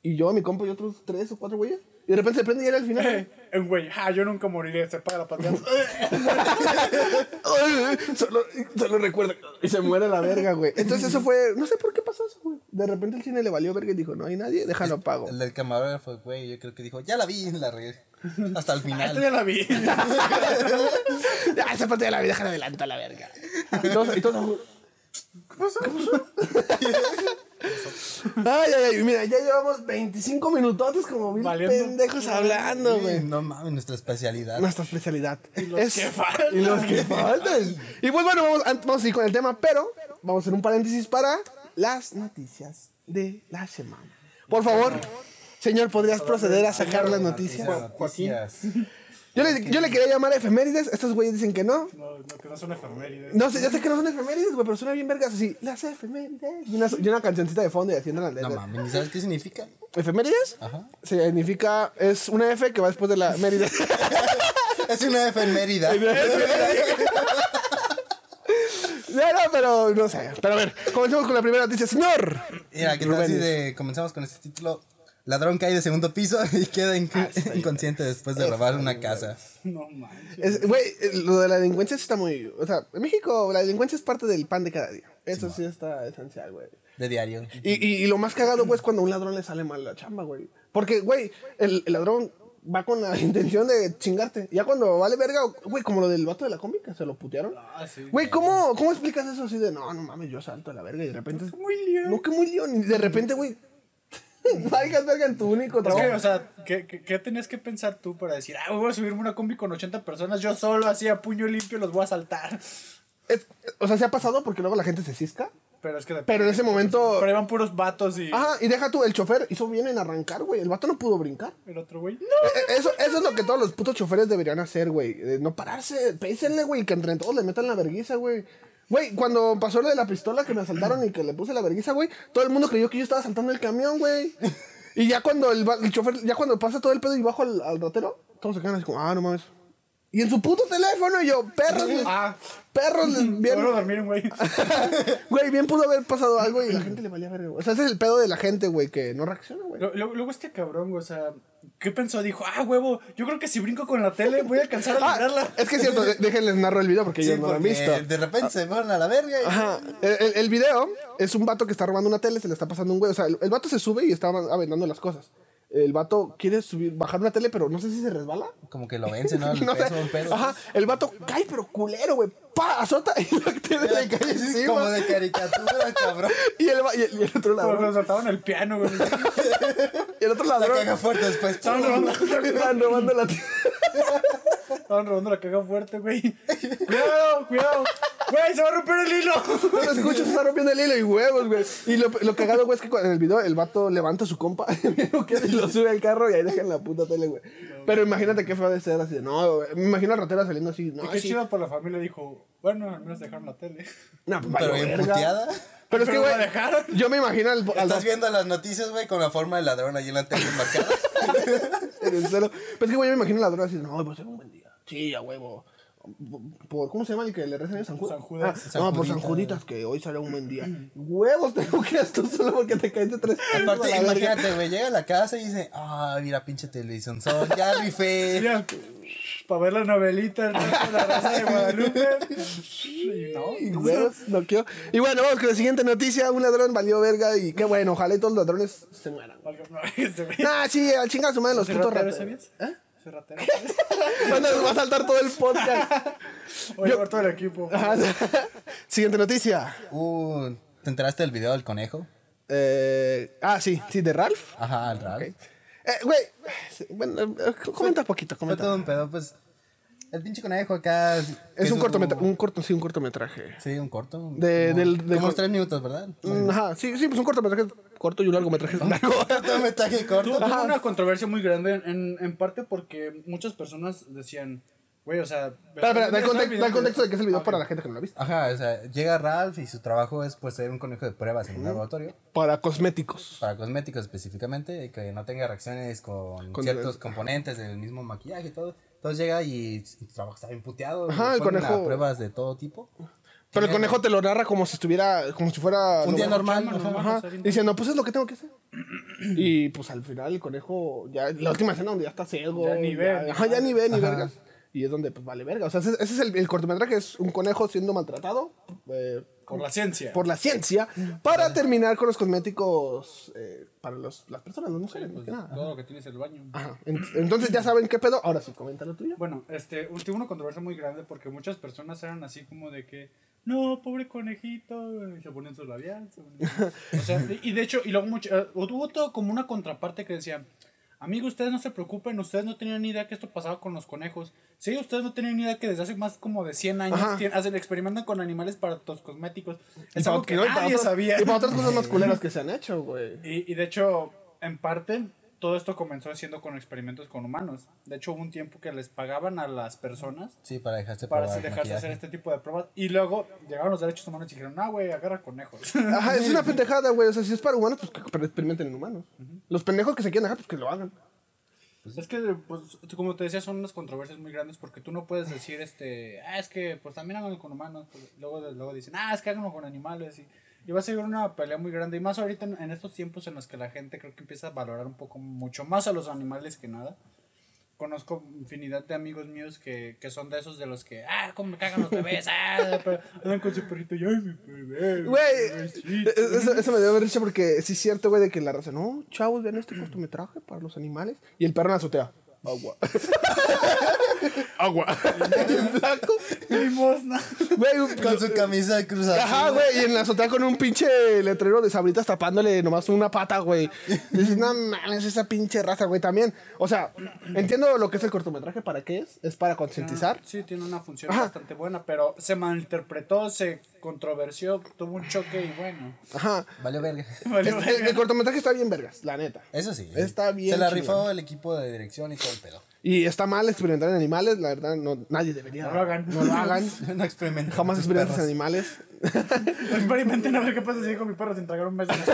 S2: Y yo, mi compa y otros tres o cuatro güeyes. Y de repente se prende y era el final.
S3: Eh, Güey, ah, yo nunca moriré. Se paga la pantalla.
S2: solo, solo recuerda. Y se muere la verga, güey. Entonces eso fue. No sé por qué pasó eso, güey. De repente el cine le valió verga y dijo: No hay nadie, déjalo apago.
S4: El del camarógrafo, güey, yo creo que dijo, ya la vi, la regué. Hasta
S3: Ah, Esta
S4: el final.
S3: ya la vi.
S2: Ah, esa parte de la vida, déjala adelanta la verga. Y todos, y todos-
S3: ¿Qué pasó?
S2: Ay, ay, ay. Mira, ya llevamos 25 minutotes como mil
S3: Valiendo.
S2: pendejos hablando, güey.
S4: Güey, no mames, nuestra especialidad.
S2: Nuestra especialidad. Y
S3: los que faltan.
S2: Y los que faltan. Y pues bueno, vamos, an- vamos a seguir con el tema, pero vamos a hacer un paréntesis para las noticias de la semana. Por favor, señor, ¿podrías proceder a sacar las noticias?
S4: Noticias.
S2: Yo le, yo le quería llamar efemérides, estos güeyes dicen que no.
S3: No, no, que no son efemérides.
S2: No sé, ya sé que no son efemérides, güey, pero suena bien vergas así. Las efemérides. Y una, y una cancioncita de fondo y haciendo la letra.
S4: No mames, ¿ni sabes qué significa?
S2: ¿Efemérides?
S4: Ajá.
S2: Significa, es una F que va después de la Mérida.
S4: Es una efemérida.
S2: no, no, pero no sé. Pero a ver, comencemos con la primera noticia, señor.
S4: Mira, ¿qué tal si
S2: Rubén.
S4: de- comenzamos con este título? Ladrón cae de segundo piso y queda inc- inconsciente después de robar una casa.
S3: No manches.
S2: Es- Güey, eh, lo de la delincuencia sí está muy. O sea, en México la delincuencia es parte del pan de cada día. Eso sí está esencial, güey.
S4: De diario.
S2: Y, y, y lo más cagado, güey, es cuando a un ladrón le sale mal la chamba, güey. Porque, güey, el, el ladrón va con la intención de chingarte. Ya cuando vale verga, güey, como lo del vato de la cómica, se lo putearon.
S3: Ah, sí.
S2: Güey, ¿cómo, ¿cómo explicas eso así de no, no mames, yo salto a la verga y de repente.
S3: Muy liado.
S2: No, que muy león. Y de repente, güey. Valgas verga en tu único
S3: Es
S2: trabajo.
S3: que, o sea, ¿qué, qué, qué tenías que pensar tú para decir, ah, voy a subirme una combi con 80 personas, yo solo así a puño limpio los voy a saltar?
S2: Es- o sea, se ha pasado porque luego la gente se cisca.
S3: Pero es que
S2: Pero Ah. en ese momento.
S3: pero iban puros vatos y
S2: Ajá, y deja tú, el chofer hizo bien en arrancar, güey. El vato no pudo brincar.
S3: el otro güey.
S2: E- e- Eso, eso es lo que todos los putos choferes deberían hacer, güey. Eh, No pararse, pésenle, güey, que entre todos le metan la verguiza, güey. Güey, cuando pasó lo de la pistola que me asaltaron y que le puse la verguiza, güey, todo el mundo creyó que yo estaba asaltando el camión, güey. Y ya cuando el, va- el chofer, ya cuando pasa todo el pedo y bajo al, al ratero, todos se quedan así como, ah, no mames. Y en su puto teléfono, y yo, perros, les-
S3: Ah,
S2: perros, les- bien.
S3: bueno, dormir, güey.
S2: Güey, bien pudo haber pasado algo y la gente le valía verga. güey. O sea, ese es el pedo de la gente, güey, que no reacciona, güey.
S3: Lo- lo- Luego este cabrón, güey, o sea, ¿qué pensó? Dijo, ah, huevo, yo creo que si brinco con la tele voy a alcanzar a
S2: Ah,
S3: librarla.
S2: es que es cierto, de- déjenles narro el video porque
S4: Sí,
S2: ellos no lo han
S4: porque
S2: visto.
S4: De repente se fueron a la verga y.
S2: Ajá. El, el- el video es un vato que está robando una tele, se le está pasando un güey. O sea, el, el vato se sube y está aventando las cosas. el vato quiere subir, bajar una tele, pero no sé si se resbala.
S4: Como que lo vence, ¿no? El
S2: No sé.
S4: peso, el peso.
S2: Ajá, el vato cae, pero culero, güey. Pa, azota y la tele le cae encima.
S4: Como de caricatura, cabrón.
S2: Y el, va- y el- y el otro
S3: Como
S2: ladrón.
S3: cuando soltaban el piano, güey.
S2: Y el otro
S4: La
S2: ladrón.
S4: caga fuerte después.
S3: Estaban robando,
S2: Estaban robando la tele.
S3: estaban robando la caja fuerte, güey. Cuidado, cuidado. Güey, se va a romper el hilo.
S2: No lo escucho, se está rompiendo el hilo y huevos, güey. Y lo, lo cagado, güey, es que cu- en el video el vato levanta a su compa lo que hace y lo sube al carro y ahí dejan la puta tele, güey. Pero imagínate qué feo de ser así. de, No, güey, me imagino a Ratera saliendo así. No,
S3: Y qué
S2: Ah, sí.
S3: chido por la familia dijo, bueno, al menos dejaron la tele.
S2: No, pues,
S4: Pero
S2: valió
S4: bien
S2: verga.
S4: puteada.
S2: Pero es que,
S3: Pero
S2: güey,
S3: la dejaron.
S2: yo me imagino al, al
S4: Estás viendo las noticias, güey, con la forma del ladrón allí en la tele marcada.
S2: en el suelo. Pero es que, güey, yo me imagino al ladrón así. No, pues ser un buen día. Sí, a huevo. Por, ¿Cómo se llama el que le rezan a San Judas?
S3: San Judas.
S2: Ah, no, por San Juditas, que hoy sale un buen día. Huevos, tengo que ir tú solo porque te caíste tres.
S4: Aparte,
S2: A la verga.
S4: imagínate, güey, llega a la casa y dice, ah, mira, pinche televisión, son, ya rifé.
S3: Mira, para ver la novelita, el resto de la raza de Guadalupe. Y
S2: Y
S3: no.
S2: huevos, no quiero. Y bueno, vamos con la siguiente noticia. Un ladrón valió verga y qué bueno, ojalá y todos los ladrones se mueran.
S3: Valga- no, este güey.
S2: Ah, sí, al chinga su madre los
S3: ¿Soy
S2: putos
S3: ratero,
S2: rateros.
S3: sabías? ¿Soy ratero, sabías?
S2: Bueno, nos va a saltar todo el podcast.
S3: Oye, por todo el equipo.
S2: Ajá. Siguiente noticia.
S4: Uh, ¿te enteraste del video del conejo?
S2: Eh, ah, sí, sí, de Ralph.
S4: Ajá, al Ralph.
S2: Eh, güey, bueno, eh, comenta poquito,
S4: Fue todo
S2: comenta.
S4: un pedo, pues, el pinche conejo acá...
S2: Es un cortometraje,
S4: cortometraje
S2: un corto, sí, un cortometraje.
S4: Sí, un corto.
S2: De-
S4: como,
S2: del- de-
S4: como unos tres minutos, ¿verdad?
S2: Mm, Ajá, sí, sí, pues un cortometraje corto y un largometraje
S4: Ah.
S2: largo.
S4: cortometraje
S3: Tuvo
S4: corto.
S3: tuvo una controversia muy grande en, en, en parte porque muchas personas decían, güey, o sea...
S2: Espera, espera, da el
S3: ¿ves el
S2: contexto,
S3: video?
S2: da el contexto de que es el video
S3: Ok.
S2: para la gente que no lo ha visto.
S4: Ajá, o sea, llega Ralph y su trabajo es pues ser un conejo de pruebas en un laboratorio.
S2: Para cosméticos.
S4: Para cosméticos específicamente, que no tenga reacciones con,
S2: Con-
S4: ciertos componentes del mismo maquillaje y todo. Entonces llega y su trabajo está bien puteado.
S2: Ajá,
S4: le
S2: el
S4: ponen a
S2: conejo-
S4: pruebas de todo tipo.
S2: Pero el conejo te lo narra como si estuviera, como si fuera...
S4: Un día
S2: normal.
S4: normal.
S3: chamba,
S4: ajá.
S3: normal.
S2: Ajá.
S3: pasar y no-
S2: Diciendo, pues es lo que tengo que hacer. Y pues al final el conejo, ya, la última escena donde ya está ciego.
S3: Ya ni ve, ni
S2: Ajá, ya ni ve, ni
S4: Ajá.
S2: vergas. Y es donde pues vale verga. O sea, ese, ese es el, el cortometraje, es un conejo siendo maltratado eh,
S3: Por la ciencia.
S2: por la ciencia para terminar con los cosméticos eh, para los, las personas, las mujeres, más que nada.
S3: Ah, pues, Todo lo que tienes el baño.
S2: Ajá. En- Entonces ya saben qué pedo. Ahora sí, comenta lo tuyo.
S3: Bueno, este, un- tuvo una controversia muy grande porque muchas personas eran así como de que, no, pobre conejito, y se ponían su labial. se ponían su- O sea, y y de hecho, y luego mucho, eh, hubo todo como una contraparte que decía, amigo, ustedes no se preocupen, ustedes no tenían ni idea que esto pasaba con los conejos. Sí, ustedes no tenían ni idea que desde hace más como de 100 años
S2: Ajá.
S3: tien- hacen, experimentan con animales para los cosméticos.
S2: Y
S3: Es
S2: para-
S3: algo que
S2: no, y para
S3: nadie
S2: otras-
S3: sabía.
S2: Y para otras cosas más culeras que se han hecho, güey.
S3: Y, y de hecho, en parte, todo esto comenzó siendo con experimentos con humanos. De hecho, hubo un tiempo que les pagaban a las personas
S4: Sí, para dejarse
S3: para
S4: probar
S3: dejarse
S4: maquillaje.
S3: hacer este tipo de pruebas. Y luego llegaron los derechos humanos y dijeron, ah, güey, agarra conejos.
S4: Pues
S2: Ajá, es una pendejada, güey. O sea, si es para humanos, pues que experimenten en humanos. Los pendejos que se quieren dejar, pues que lo hagan.
S3: es que, pues, tú- como te decía, son unas controversias muy grandes porque tú no puedes decir, este, ah, es que, pues, también háganlo con humanos. Pues, luego, luego dicen, ah, es que háganlo con animales. Y, y va a seguir una pelea muy grande. Y más ahorita en, en estos tiempos en los que la gente creo que empieza a valorar un poco mucho más a los animales que nada. Conozco infinidad de amigos míos que, que son de esos de los que, ah, cómo me cagan los bebés, ah, pero andan con su perrito y, ay, mi bebé. mi
S2: Güey, eh,
S3: bebecito".
S2: eso, eso me dio risa porque sí es cierto, güey, de que la raza, no, chavos, vean este cortometraje para los animales. Y el perro en la azotea. Agua. Agua. el blanco.
S3: Limosna.
S2: Güey,
S3: este-
S2: un-
S4: Con su camisa cruzada.
S2: Ajá, güey, y en la azotea con un pinche letrero de sabritas tapándole nomás una pata, güey. Dices, no mames, esa pinche raza, güey, también. O sea, entiendo lo que es el cortometraje, ¿para qué es? Es para concientizar.
S3: Sí, tiene una función
S2: Ajá.
S3: bastante buena, pero se malinterpretó, se controversió, tuvo un choque y bueno.
S2: Ajá.
S4: Vale verga.
S3: Valió
S2: El- el,
S3: verga.
S2: el cortometraje está bien vergas, la neta.
S4: Eso sí.
S2: Está bien
S4: Se la
S2: chingón.
S4: rifó el equipo de dirección y todo el pedo.
S2: Y está mal experimentar en animales, la verdad, no, nadie debería.
S3: No lo hagan.
S2: No lo hagan.
S4: No experimenten.
S2: Jamás
S4: con sus
S2: experimentes en
S4: perros.
S2: animales.
S3: Experimenten a ver qué pasa si con mi perro se entregaron un beso.
S2: es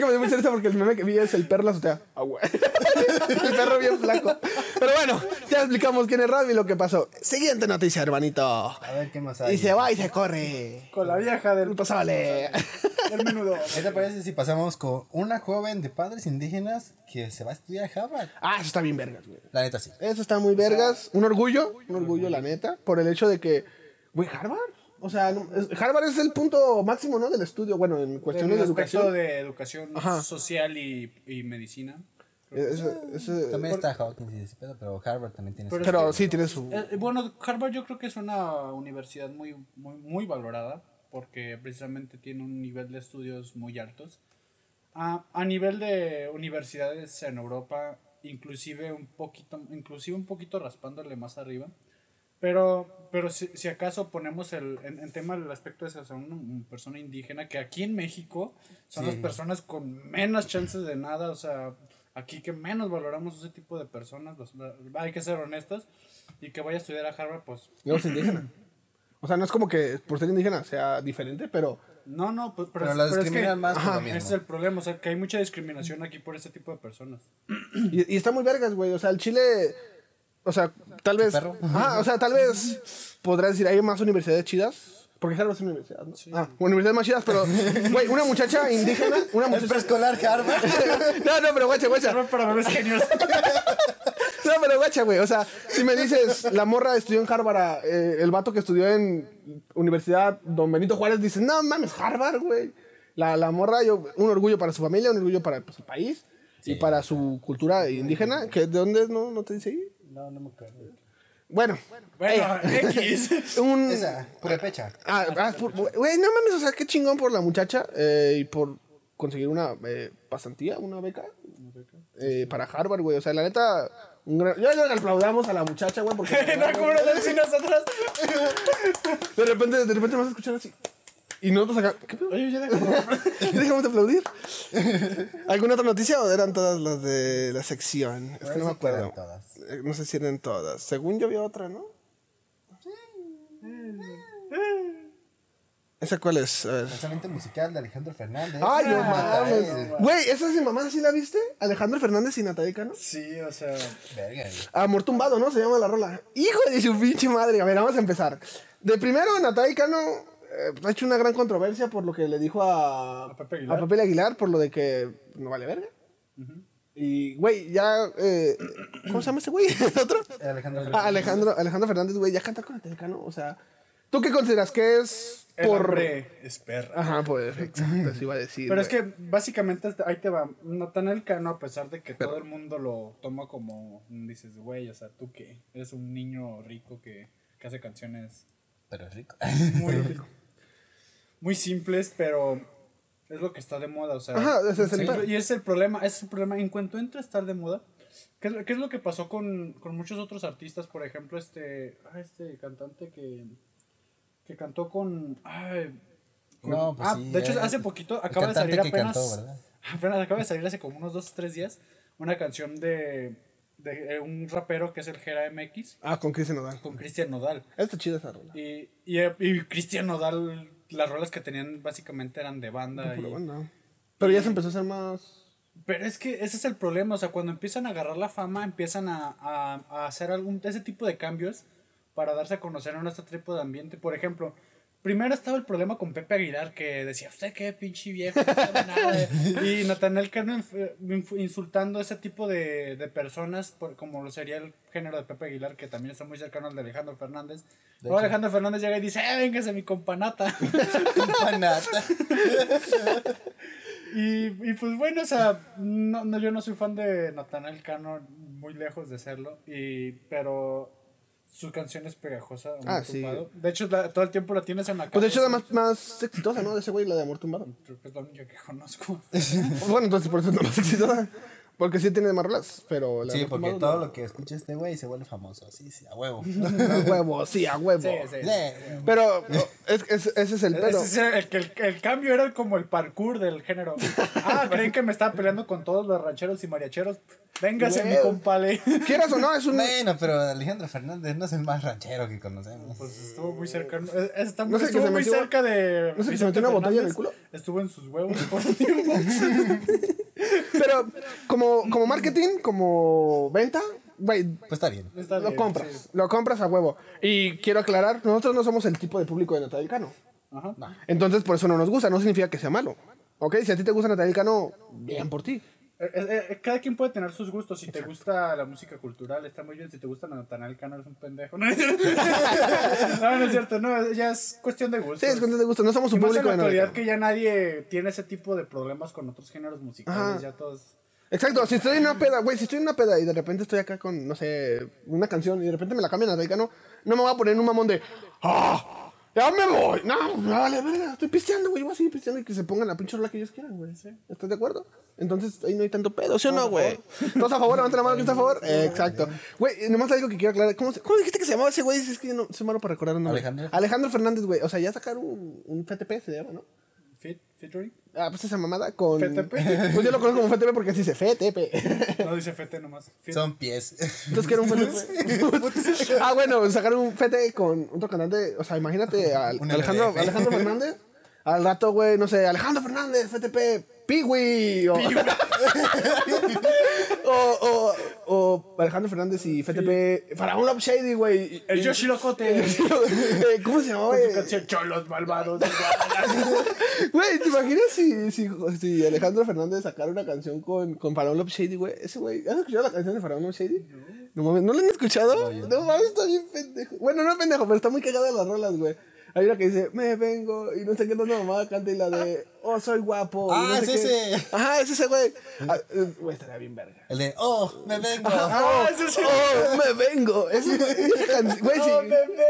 S2: que me dio mucha risa porque el meme que vi es el perro en la azotea. Ah, güey. el perro bien flaco. Pero bueno, ya explicamos quién es Ralph y lo que pasó. Siguiente noticia, hermanito.
S4: A ver qué más hay.
S2: Y se va y se corre.
S3: Con la vieja del,
S2: Pasable.
S3: del menudo.
S4: ¿Qué te parece si pasamos con una joven de padres indígenas que se va a estudiar a Harvard?
S2: Ah, eso está bien vergas, güey.
S4: La neta sí.
S2: Eso está muy vergas. Un orgullo, un orgullo, la neta, por el hecho de que, güey, Harvard. O sea, no- es- Harvard es el punto máximo, ¿no? Del estudio, bueno, en
S3: En
S2: cuestiones
S3: el
S2: de
S3: aspecto
S2: educación.
S3: de educación
S2: Ajá.
S3: social y, y medicina.
S2: Ese- ese-
S4: También está Hawkins y ese pedo, pero Harvard también tiene
S3: Pero-
S4: su-
S2: pero sí tiene su.
S3: Eh, eh, bueno, Harvard yo creo que es una universidad muy, muy, muy valorada porque precisamente tiene un nivel de estudios muy altos. A, a nivel de universidades en Europa, inclusive un poquito, inclusive un poquito raspándole más arriba. Pero, pero si, si acaso ponemos el, en, en tema el aspecto de ser una, una persona indígena, que aquí en México son las
S4: Sí.
S3: personas con menos chances de nada, o sea, aquí que menos valoramos ese tipo de personas, los- la- hay que ser honestos, y que vaya a estudiar a Harvard, pues
S2: No es indígena. O sea, no es como que por ser indígena sea diferente, pero.
S3: no, no, pues, pero,
S4: Pero
S3: es-
S4: la
S3: pero es que-
S4: discriminan más por
S3: ajá,
S4: lo mismo.
S3: ese es el problema, o sea, que hay mucha discriminación aquí por ese tipo de personas.
S2: Y, y está muy vergas, güey. O sea, el Chile. O sea, tal vez.
S4: Perro.
S2: Ah, o sea, tal vez podrás decir, hay más universidades chidas. Porque Harvard es una universidad, ¿no? Ah, universidades más chidas, pero. Güey, una muchacha indígena. Una
S4: El
S2: muchacha.
S4: preescolar Harvard.
S2: No, no, pero guacha, guacha.
S3: Harvard para bebés genios.
S2: No, pero guacha, güey. O sea, si me dices, la morra estudió en Harvard, ah, eh, el vato que estudió en Universidad Don Benito Juárez dice, no mames, Harvard, güey. La, la morra, yo, un orgullo para su familia, un orgullo para pues, su país y para su cultura indígena. que ¿De dónde es? no, no te dice ahí?
S4: No, no me acuerdo.
S2: Bueno,
S3: Bueno, X.
S2: un.
S4: Esa, Purepecha.
S2: Ah, ah, por- güey, no mames, o sea, qué chingón por la muchacha eh, y por conseguir una eh, pasantía, una beca eh, para Harvard, güey. O sea, la neta, un gran... yo creo que aplaudamos a la muchacha, güey, porque
S3: No, como nos dan sin nosotras.
S2: de repente, de repente vas a escuchar así. Y nosotros acá, ¿qué pedo?
S3: Oye, ya déjame.
S2: Dejamos de aplaudir. ¿Alguna otra noticia o eran todas las de la sección? Es que no me
S4: Parece que eran
S2: acuerdo.
S4: todas.
S2: Eh, No sé si eran todas. Según yo había otra, ¿no? ¿Esa cuál es? A ver.
S4: Lanzamiento musical de Alejandro Fernández. Ah,
S2: Ay, no
S4: Natalia,
S2: mames. Güey, esa es mi mamá, ¿sí la viste? Alejandro Fernández y Natalia Cano.
S3: Sí, o sea.
S4: Verga, güey.
S2: Amor tumbado, ¿no? Se llama la rola. Hijo de su pinche madre. A ver, vamos a empezar. De primero, Natalia Cano eh, ha hecho una gran controversia por lo que le dijo a,
S3: A Pepe Aguilar.
S2: a Aguilar, por lo de que no vale verga. Y, güey, ya. eh, ¿Cómo se llama ese güey? ¿El otro?
S4: Alejandro Fernández.
S2: Ah, Alejandro, Alejandro Fernández, güey, ya canta con Natalia Cano. O sea, ¿tú qué consideras que es
S3: El
S2: por.
S3: hambre es perra.
S2: Ajá, pues, exacto, eso iba a decir.
S3: Pero es
S2: güey.
S3: que básicamente hasta ahí te va. Natanael Cano, a pesar de que todo el mundo lo toma como mm, dices, güey, o sea, tú que eres un niño rico que, que hace canciones
S4: Pero es rico.
S3: muy, muy simples, pero es lo que está de moda, o sea.
S2: Ajá, ese es el
S3: sí,
S2: pedo.
S3: y es el problema, ese es el problema. En cuanto entra a estar de moda, ¿qué es, lo- qué es lo que pasó con, con muchos otros artistas? Por ejemplo, este, ah, este cantante que, que cantó con... ay, con-
S4: No, pues
S3: ah,
S4: sí,
S3: de hecho,
S4: eh,
S3: hace poquito
S4: el
S3: acaba de
S4: cantante
S3: salir
S4: que
S3: apenas...
S4: cantó, ¿verdad?
S3: apenas acaba de salir hace como unos dos, tres días una canción de, de eh, un rapero que es el Gera MX
S2: Ah, con Cristian Nodal.
S3: con Cristian Nodal.
S2: Está chida esa rola.
S3: Y, y, y Cristian Nodal, las rolas que tenían básicamente eran de banda.
S2: Pura
S3: y-
S2: banda. Pero ya se empezó a hacer más.
S3: pero es que ese es el problema, o sea, cuando empiezan a agarrar la fama, empiezan a, a- a hacer algún, ese tipo de cambios para darse a conocer en este tipo de ambiente. Por ejemplo, primero estaba el problema con Pepe Aguilar, que decía, usted qué pinche viejo, no sabe nada". Y Natanael Cano inf- inf- insultando a ese tipo de, de personas, por- como lo sería el género de Pepe Aguilar, que también está muy cercano al de Alejandro Fernández. Luego Alejandro Fernández llega y dice, "Eh, véngase mi companata.
S4: Panata.
S3: Y, y pues bueno, o sea, no, no, yo no soy fan de Natanael Cano, muy lejos de serlo, y, pero su canción es pegajosa. Amor
S2: Ah, sí.
S3: Tumbado. De hecho, la- todo el tiempo la tienes en la
S2: Pues de
S3: cabeza.
S2: hecho es la más, más exitosa, ¿no? De ese güey, la de Amor Tumbado.
S3: Creo que es la única que conozco.
S2: Bueno, entonces por eso es la más exitosa. Porque sí tiene más rolas, pero la de
S4: Sí,
S2: Amor
S4: porque
S2: Tumbado
S4: todo
S2: no.
S4: lo que escucha este güey se vuelve famoso. Sí, sí, a huevo.
S2: A huevo, sí, a huevo.
S3: Sí, sí.
S4: Le-
S2: Pero no, es- es- ese es el pedo.
S3: Ese es el, que el, el cambio era como el parkour del género. Ah, creen que me estaba peleando con todos los rancheros y mariacheros. Véngase, mi
S2: Güey.
S3: compale.
S2: Quieras o no, es un...
S4: Bueno, pero Alejandro Fernández no es el más ranchero que conocemos.
S3: Pues estuvo muy cercano. eh, Está,
S2: No sé, que
S3: estuvo
S2: se
S3: muy
S2: metió-
S3: cerca de.
S2: no sé, que se
S3: Vicente
S2: metió una botella en el
S3: Fernández.
S2: culo.
S3: Estuvo en sus huevos por un tiempo.
S2: Pero como, como marketing, como venta, güey,
S4: Pues está bien.
S3: Está
S2: lo
S3: bien,
S2: compras.
S3: sí.
S2: Lo compras a huevo. Y quiero aclarar, nosotros no somos el tipo de público de Natalia Cano.
S3: Ajá.
S2: Entonces por eso no nos gusta, no significa que sea malo. ¿Ok? Si a ti te gusta Natalia Cano, bien por ti.
S3: Eh, eh, eh, cada quien puede tener sus gustos. Si te gusta la música cultural, está muy bien. Si te gusta Natanael Cano, eres un pendejo. No, no es cierto. no, no es cierto. No, ya es cuestión de gustos.
S2: Sí, es cuestión de gusto, no somos
S3: Y
S2: un
S3: más en
S2: público
S3: la
S2: de Natalia
S3: actualidad
S2: Cano.
S3: que ya nadie tiene ese tipo de problemas con otros géneros musicales.
S2: Ajá.
S3: Ya todos.
S2: Exacto, si estoy en una peda, güey, si estoy en una peda y de repente estoy acá con, no sé, una canción y de repente me la cambian a Taikano, no me voy a poner un mamón de, ¡ah! ¡Ya me voy! No, no, vale, verga, estoy pisteando, güey, voy a seguir pisteando y que se pongan la pinche rola que ellos quieran, güey. ¿Estás de acuerdo? Entonces ahí no hay tanto pedo, ¿sí o no, güey? ¿Todos a favor? Levanta la mano que está a favor. Eh, exacto. Güey, nomás algo que quiero aclarar. ¿Cómo, se- cómo dijiste que se llamaba ese güey? Si Es que yo no, soy malo para recordar un nombre.
S4: Alejandro.
S2: Alejandro Fernández, güey. O sea, ya sacaron un, un FTP, se llama, ¿no?
S3: Fit, featuring.
S2: Ah, pues esa mamada con.
S3: FTP.
S2: Pues yo lo conozco como FTP porque así dice FTP.
S3: No dice fete nomás. Fit.
S4: Son pies.
S2: Entonces, que era un FTP? ah, bueno, sacaron un FT con otro cantante. O sea, imagínate a
S4: Un
S2: Alejandro,
S4: LDF.
S2: Alejandro Fernández. Al rato, güey, no sé, Alejandro Fernández, FTP, Piwi. O, o, o, o Alejandro Fernández y FTP, Faraón Love Shady, güey.
S3: El
S2: Y-
S3: Yoshirokote.
S2: Eh, ¿Cómo se llamaba?
S3: Con su
S2: güey?
S3: canción Cholos Malvados. de Guadalajara.
S2: Güey, ¿te imaginas si, si, si Alejandro Fernández sacara una canción con, con Faraón Love Shady, güey? Ese güey, ¿has escuchado la canción de Faraón Love Shady? No mames, ¿no la han escuchado? No, mames, está bien pendejo. Bueno, no pendejo, pero está muy cagada las rolas, güey. Hay una que dice, me vengo, y no sé qué tanta mamada canta, y la de, oh, soy guapo. y
S4: Ah,
S2: no sé
S4: es
S2: qué.
S4: ese.
S2: Ajá, es ese, güey. Ah, eh, Güey, estaría bien verga.
S4: El de, oh, me vengo.
S2: Oh,
S3: Ah, ese sí.
S2: oh, me vengo. Ese, esa canción, güey,
S3: No,
S2: sí.
S3: bebé.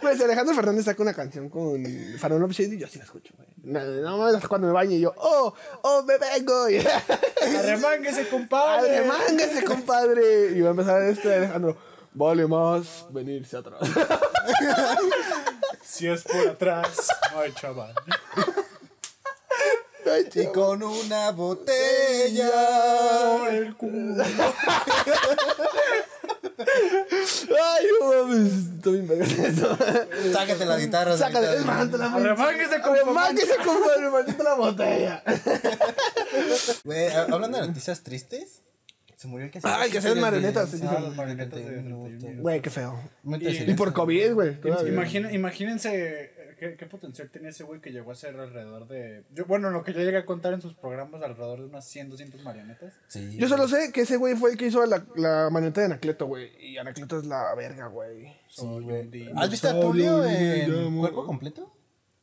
S2: Pues Alejandro Fernández saca una canción con Farol Love Shady y yo sí la escucho, güey. No, no mames, hasta cuando me baño y yo, oh, oh, me vengo. Y,
S3: Arremánguese, compadre.
S2: Arremángase, compadre. Y va a empezar este Alejandro. Vale más venirse atrás.
S3: Si es por atrás, no hay chaval.
S2: Ay,
S4: Y
S2: chico.
S4: con una botella.
S3: Por el culo.
S2: Ay, no mames. Estoy bien verga de eso.
S4: Sácate la guitarra.
S2: Sácale,
S4: Sácate.
S2: es más, te la
S3: Arremánguese, compadre.
S2: Arremángase, compadre, maldita la botella.
S4: Güey, ha- hablando de noticias tristes, se murió el que
S2: Ah, el que hacía las marionetas, sí,
S4: Ah,
S2: sí.
S4: las marionetas de 31 minutos.
S2: Güey, qué feo.
S4: Muy
S2: Y por COVID, güey. todavía.
S3: Imagina- imagínense eh, qué, qué potencial tenía ese güey que llegó a ser alrededor de. Yo, bueno, lo que yo llegué a contar en sus programas, alrededor de unas 100, 200 marionetas.
S4: Sí.
S2: Yo solo sé que ese güey fue el que hizo la, la marioneta de Anacleto, güey. Y Anacleto es la verga, güey.
S3: Soy un día.
S4: ¿Has visto a
S2: Solo
S4: Tulio
S2: me
S4: en
S2: llamo-
S4: cuerpo completo?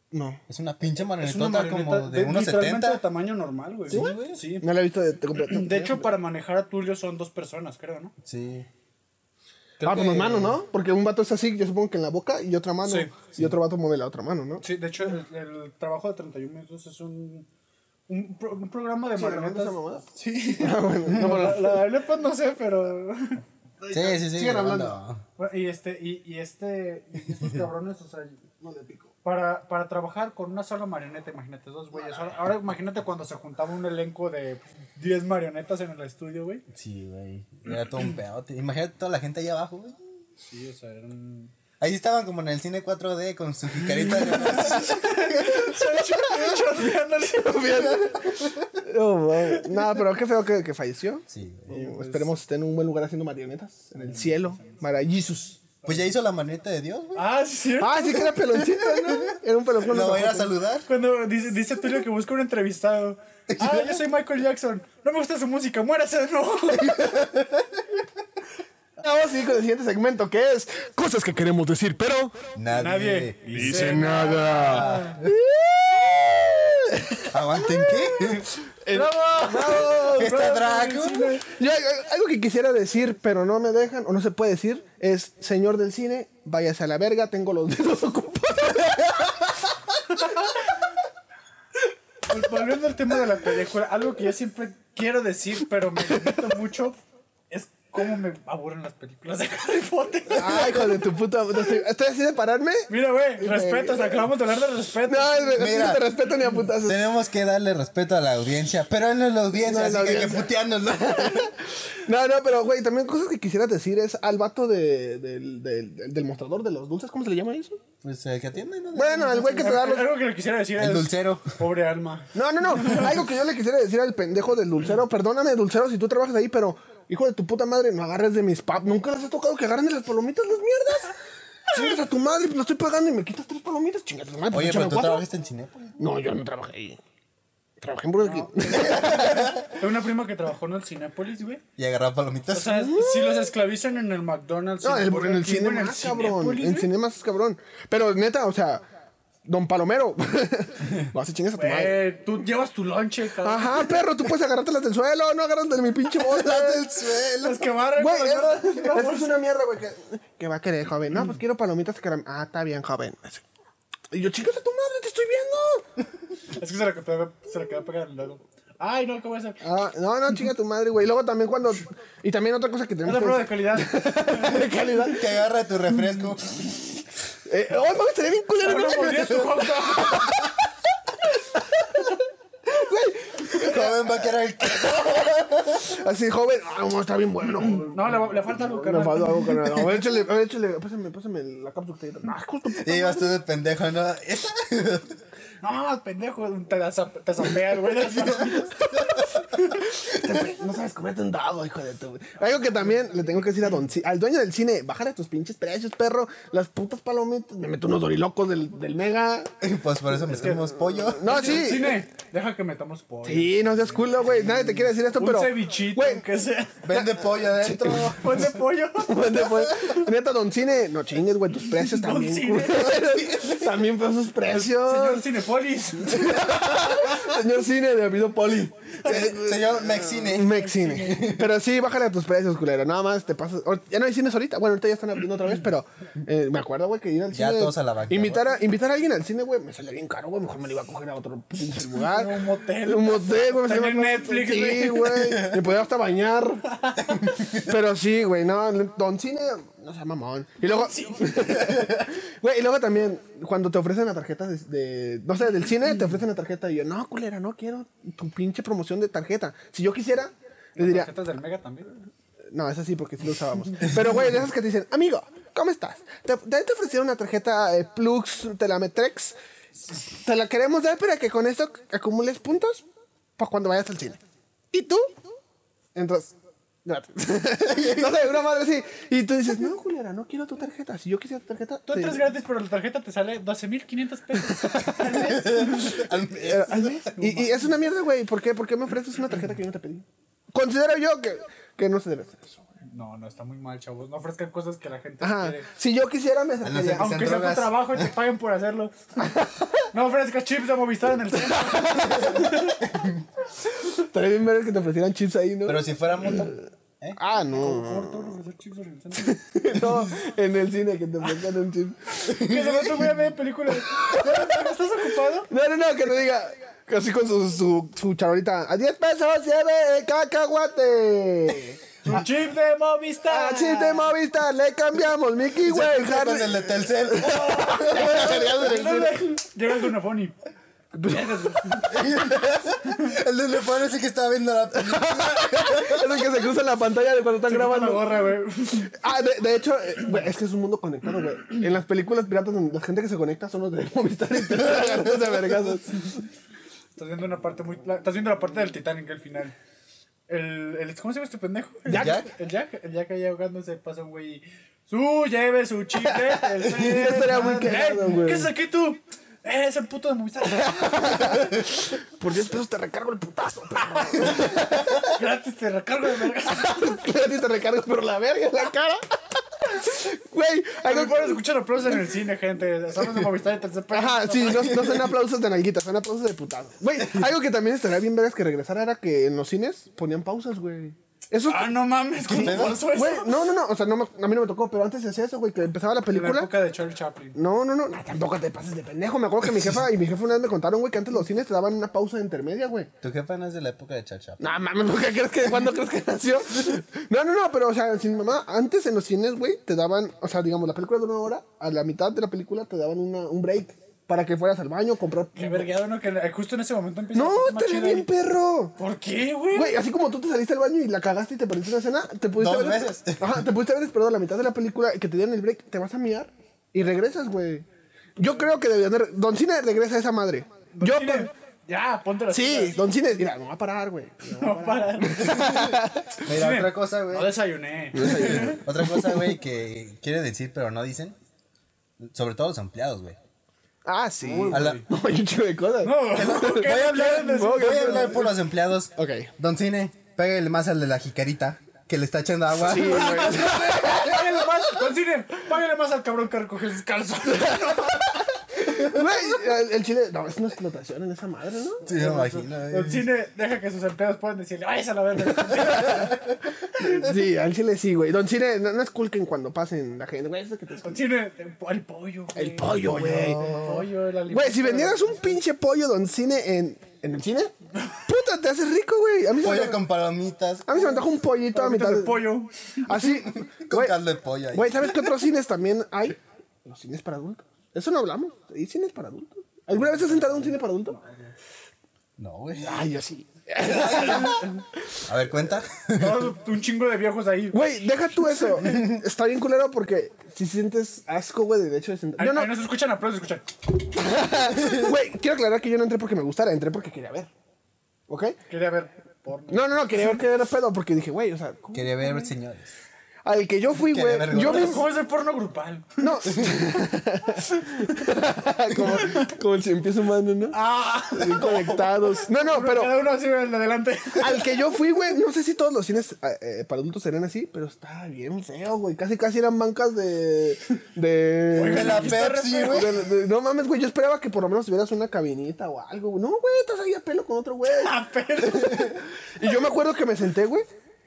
S2: No.
S4: Es una pinche
S3: Es una
S4: marionetota
S3: marioneta
S4: como de unos
S3: literalmente de
S4: 70.
S3: tamaño normal, güey. Sí,
S4: güey?
S3: Sí.
S2: No la he visto de, de completo.
S3: Mm, De hecho, para manejar a Tulio son dos personas, creo, ¿no?
S4: Sí. Creo
S2: Ah, con
S4: que-
S2: las manos, ¿no? Porque un vato es así, yo supongo que en la boca y otra mano.
S3: Sí,
S2: Y otro vato mueve la otra mano, ¿no?
S3: Sí, de hecho, el, el trabajo de 31 minutos es un. Un, pro- un programa de
S2: Sí,
S3: marionetas.
S2: ¿esa mamada?
S3: Sí.
S2: Ah, bueno, no, bueno.
S3: la, la de Lepas no sé, pero.
S4: Sí, sí, sí.
S2: Sigan hablando.
S3: Bueno, Y este, y, y este, y estos cabrones, o sea,
S2: No le pico.
S3: para, para trabajar con una sola marioneta, imagínate, dos güeyes. Ahora, ahora imagínate cuando se juntaba un elenco de 10 marionetas en el estudio, güey.
S4: Sí, güey. Era todo un peote. Imagínate toda la gente ahí abajo, güey.
S3: Sí, o sea, era un...
S4: Ahí estaban como en el cine 4D con su carita de
S2: Oh, No, mames. Nada, pero qué feo que, que falleció.
S4: Sí, pues. Mm. güey.
S2: Oh, Esperemos esté en un buen lugar haciendo marionetas. En el cielo. Mara Jesus.
S4: Pues ya hizo la marioneta de Dios, güey.
S3: Ah, sí, es cierto.
S2: Ah, sí que era peloncito, ¿no? Era un pelón con
S4: La
S2: los
S4: voy a ir a
S2: ojos.
S4: saludar.
S3: Cuando dice, dice Tulio que busca un entrevistado. Ah, yo soy Michael Jackson. No me gusta su música, muérase, no.
S2: Vamos a seguir Oh, con el siguiente segmento que es Cosas que queremos decir, pero.
S4: Nadie.
S3: Nadie dice
S2: nada.
S4: ¿Aguanten qué?
S2: ¡Bravo!
S4: Fiesta drag.
S2: Yo, eh, algo que quisiera decir, pero no me dejan o no se puede decir, es: Señor del cine, váyase a la verga, tengo los dedos ocupados.
S3: Pues, volviendo al tema de la película, algo que yo siempre quiero decir, pero me limito mucho, es cómo me aburren las películas de Harry Potter.
S2: Ay, hijo de tu puta. puta, Estoy, estoy así de pararme.
S3: Mira, güey, respeto, o sea, acabamos de hablar de respeto.
S2: No, no
S4: Mira.
S2: te respeto ni a putazos.
S4: Tenemos que darle respeto a la audiencia. Pero él no es la audiencia,
S2: No es
S4: así
S2: la
S4: que hay que
S2: audiencia.
S4: puteárnoslo.
S2: No, no, pero güey, también cosas que quisiera decir es al vato de, del- del- del- del mostrador de los dulces, ¿cómo se le llama eso?
S4: Pues el que atiende, ¿no?
S2: Bueno, al güey que te da los
S3: Algo que le quisiera decir
S4: El
S3: es,
S4: dulcero.
S3: pobre alma.
S2: No, no, no. Algo que yo le quisiera decir al pendejo del dulcero. Perdóname, dulcero, si tú trabajas ahí, pero hijo de tu puta madre, no agarres de mis pap. Nunca les has tocado que agarren de las palomitas las mierdas. Chingas a tu madre, pues lo estoy pagando y me quitas tres palomitas. Chingas a tu madre, pues
S4: Oye,
S2: échame
S4: pero tú
S2: cuatro.
S4: trabajaste en pues, Cinépolis.
S2: No, yo no trabajé ahí. Trabajé en Burger King.
S3: Tengo una prima que trabajó en el Cinépolis, güey.
S4: Y agarrar
S3: O
S4: palomitas.
S3: sea, si los esclavizan en el McDonald's.
S2: No, en el,
S3: Burger
S2: en el
S3: King,
S2: cine
S3: güey,
S2: más, cabrón.
S3: Cinépolis,
S2: En
S3: güey.
S2: cine más, cabrón. Pero neta, o sea, Don Palomero. no, así chingas a tu madre.
S3: Güey, tú llevas tu lonche, cabrón.
S2: Ajá, perro, tú puedes agarrártelas del suelo, no agarras de mi pinche bolsa.
S4: del suelo.
S3: Las que barren
S2: Ah. Güey,
S3: con
S2: es-
S3: las gorras.
S2: eso es una mierda, güey. Que, que va a querer, joven. No, pues quiero palomitas caram- Ah, está bien, joven. Así. Y yo, chingas a tu madre, te estoy viendo.
S3: Es que se la, pega- se la queda pegada en el dedo. Ay, no, ¿qué voy a hacer?
S2: Ah, no, no, chinga a tu madre, güey. Y luego también cuando. Y también otra cosa que
S3: Es
S2: tenemos
S3: la
S2: que
S3: prueba de calidad.
S2: de calidad.
S4: Te agarra tu refresco.
S2: Eh, oh, mames, estaría bien culero,
S3: Ahora mordías tu
S2: güey.
S3: hot dog.
S4: Joven va a querer el queso.
S2: Así, joven. Ah, no, está bien bueno. joven.
S3: No, le, le falta algo,
S2: Me
S3: carnal.
S2: falta algo, carnal. A ver, échale, a ver, échale. Pásame, pásame la cápsula que te No, justo.
S4: Y ibas tú de pendejo, ¿no? Esa.
S3: No, pendejo, te, la zap- te zapeas, güey.
S2: No sabes comerte un dado, hijo de tu. güey. Algo que también le tengo que decir a don, Ci- al dueño del cine: bájale tus pinches precios, perro. Las putas palomitas. Me meto unos dorilocos del, del mega.
S4: Y pues por eso metimos pollo.
S2: No, sí.
S3: Cine, deja que metamos pollo.
S2: Sí, no seas culo, güey. Nadie te quiere decir esto,
S3: Un
S2: pero.
S3: cevichito,
S2: Güey,
S3: aunque sea.
S4: Vende pollo adentro.
S3: Ponle pollo.
S2: ¿dónde fue? pues, Neta, don Cine, no chingues, güey, tus precios
S3: Don
S2: también.
S3: Cine.
S2: culeros. también fue sus precios.
S3: Señor Cinepolis.
S2: Señor Cine de Avido Poli.
S4: Se- Señor Mexine.
S2: Mexcine. Pero sí, bájale a tus precios, culero. Nada más te pasas. ahor- Ya no hay cines ahorita. Bueno, ahorita ya están abriendo otra vez, pero eh, me acuerdo, güey, que ir al
S4: Ya
S2: cine.
S4: todos a la banca,
S2: invitar, a, invitar a alguien al cine, güey, me salía bien caro, güey. Mejor me lo iba a coger a otro pinche lugar.
S3: Un motel.
S2: Un motel, güey. me
S3: También
S2: salía más-
S3: Netflix,
S2: Sí,
S3: güey.
S2: güey. Me podía hasta bañar. pero sí, güey, no. Don Cine, no sea mamón. Y luego. Güey, y luego también, cuando te ofrecen la tarjeta de, de- No sé, del cine, te ofrecen la tarjeta. Y yo, no, culera, no quiero tu pinche promoción de tarjeta. Si yo quisiera, le diría,
S3: Tarjetas del Mega también.
S2: no, es así porque sí lo usábamos. Pero, güey, de esas que te dicen, amigo, ¿cómo estás? Te, te- te ofrecieron una tarjeta eh, Plux Telametrex. Te la queremos dar para que con esto acumules puntos para cuando vayas al cine. ¿Y tú? Entras. Gratis. no sé, una madre así. Y tú dices, no, culera, no quiero tu tarjeta. Si yo quisiera tu tarjeta.
S3: Tú
S2: te-
S3: entras gratis, pero la tarjeta te sale 12.500 pesos.
S2: Eh, al mes. Y, y es una mierda, güey. ¿Por qué? ¿Por qué me ofreces una tarjeta que yo no te pedí? Considero yo que, que no se debe hacer eso.
S3: No, no, está muy mal, chavos. No ofrezcan cosas que la gente
S2: Ajá.
S3: quiere.
S2: Si yo quisiera, me
S4: no ser
S2: acercaría.
S4: que sean
S3: Aunque sea tu
S4: drogas.
S3: trabajo y te paguen por hacerlo. No ofrezcas chips de Movistar en el centro.
S2: Estaría bien ver que te ofrecieran chips ahí, ¿no?
S4: Pero si fuera moto. ¿eh?
S2: ah, no.
S3: Por favor, ofrecer chips en el centro.
S2: no, en el cine que te ofrezcan un chip.
S3: Que se lo tuve a media película. ¿Estás ocupado?
S2: No, no, no, que te diga. Así con su, su, su charolita. A 10 pesos lleve el cacahuate.
S3: Tu chip de Movistar.
S2: A Ah. chip de Movistar le cambiamos. Mickey, güey.
S4: Junto Con el de Telcel.
S3: Llega el Donafón y.
S4: El de Telefón ese que estaba viendo la película.
S2: Es el que se cruza en la pantalla de cuando están
S3: Grabando la
S2: grabando.
S3: gorra, güey.
S2: Ah, de, de hecho, eh, güey, es que es un mundo conectado, güey. En las películas piratas, la gente que se conecta son los de Movistar y te agarran de vergazos.
S3: Estás viendo una parte muy. pla- Estás viendo la parte del Titanic al final. El, el, ¿Cómo se llama este pendejo? El
S2: Jack.
S3: El Jack, el Jack ahí ahogándose pasa un güey. y, Su lleve su chip de
S2: Eso estaría muy cagado, güey.
S3: ¿Qué es aquí tú? Eh, es el puto de Movistar.
S2: Por 10 pesos te recargo el putazo.
S3: Gratis, te recargo de verga.
S2: A ti te recargo por la verga en la cara. Güey,
S3: A mí
S2: algo-
S3: por eso escuchan aplausos en el cine, gente. Somos de Movistar y tercer país.
S2: Ajá, sí, no, no son aplausos de nalguitas, son aplausos de putazo. Güey, algo que también estaría bien vergas que regresara era que en los cines ponían pausas, güey. Eso.
S3: Ah, no mames, ¿cómo pasó eso?
S2: Güey, no, no, no. O sea, no me- a mí no me tocó, pero antes se hacía eso, güey, que empezaba la
S3: En la
S2: película.
S3: época de Charlie Chaplin.
S2: No, no, no, nah, tampoco te pases de pendejo. Me acuerdo que mi jefa y mi jefe una vez me contaron, güey, que antes los cines te daban una pausa intermedia, güey.
S4: Tu jefa no es de la época de Chacha.
S2: No, mames, ¿por qué crees que cuándo crees que nació? No, no, no, pero, o sea, sin mamá, antes en los cines, güey, te daban, o sea, digamos, la película de una hora, a la mitad de la película te daban una, un break para que fueras al baño, comprar.
S3: Qué vergueado, ¿no? Que eh, justo en ese momento empieza
S2: No,
S3: la
S2: te
S3: parte más chida
S2: bien,
S3: y-
S2: perro.
S3: ¿Por qué, güey?
S2: Güey, así como tú te saliste al baño y la cagaste y te perdiste una escena, te pudiste
S4: Dos
S2: haber-
S4: veces.
S2: Ajá, te pudiste haber esperado la mitad de la película que te dieron el break, te vas a miar y regresas, güey. Yo creo que deberían de re- Don Cine regresa a esa madre.
S3: Don
S2: Yo
S3: Cine,
S2: pe-
S3: Ya, ponte las
S2: Sí,
S3: pilas.
S2: Don Cine, mira, no va a parar, güey.
S3: No, para.
S4: Mira, otra cosa, güey.
S3: No desayuné.
S4: Otra cosa, güey, que quieren decir pero no dicen. Sobre todo los empleados, güey.
S2: Ah, sí.
S4: A la-
S2: No, hay un chico de cosas.
S3: No, ¿por qué
S4: Voy a hablar,
S3: quieren decir?
S2: no,
S4: voy a hablar por los empleados.
S2: Ok.
S4: Don Cine, pégale más al de la jicarita que le está echando agua.
S2: Sí, güey.
S3: Págale más, Don Cine, págale más al cabrón que recoge sus calzones.
S2: Güey, el- el chile. No, es una explotación en esa madre, ¿no?
S4: Sí, me imagino. güey.
S3: El cine deja que sus empleados puedan decirle, ¡ay, a la verga!
S2: Sí, al chile sí, güey. Don Cine, no, no esculquen cuando pasen la gente, güey. Eso que te
S3: El cine, el, po- el pollo. güey.
S2: El pollo, güey.
S3: El pollo, el alimento.
S2: Güey, si vendieras un pinche pollo Don Cine en, en el cine, puta, te haces rico, güey. A mí se me
S4: Pollo
S2: antoja-
S4: con palomitas.
S2: a mí se me antoja un pollito a mitad.
S3: de
S2: de-
S3: pollo.
S2: Así.
S4: Con
S2: güey.
S4: caldo de pollo ahí.
S2: Güey, ¿sabes qué otros cines también hay? Los cines para adultos. Eso no hablamos. Hay cines para adultos. ¿Alguna vez has entrado a un cine para adultos?
S4: No, güey.
S2: Ay, yo sí.
S4: A ver, cuenta.
S3: Todo un chingo de viejos ahí.
S2: Güey, deja tú eso. Está bien culero porque si sientes asco, güey, de hecho de sentar.
S3: Ahí,
S2: Yo no.
S3: ahí no se escuchan aplausos, se escuchan.
S2: Güey, quiero aclarar que yo no entré porque me gustara, entré porque quería ver. ¿Ok?
S3: Quería ver porno.
S2: No, no, no, quería ver que era pedo porque dije, güey, o sea, ¿cómo?
S4: Quería ver, señores.
S2: al que yo fui,
S4: Quería
S2: güey,
S4: ver
S2: yo
S4: gordos.
S2: mismo.
S3: ¿Cómo es el porno grupal?
S2: No. como, como el empieza humano, ¿no?
S3: ¡Ah!
S2: Bien conectados. No, no, pero.
S3: Cada uno así de adelante.
S2: Al que yo fui, güey, no sé si todos los cines eh, eh, para adultos serán así, pero estaba bien feo, güey. Casi, casi eran bancas de. de.
S4: De la
S3: aquí está re
S4: Pepsi,
S3: feo.
S4: güey.
S2: de- de- no mames, güey. Yo esperaba que por lo menos tuvieras una cabinita o algo. güey. No, güey, estás ahí a pelo con otro güey.
S3: ¡Ah, perro!
S2: Y yo me acuerdo que me senté, güey,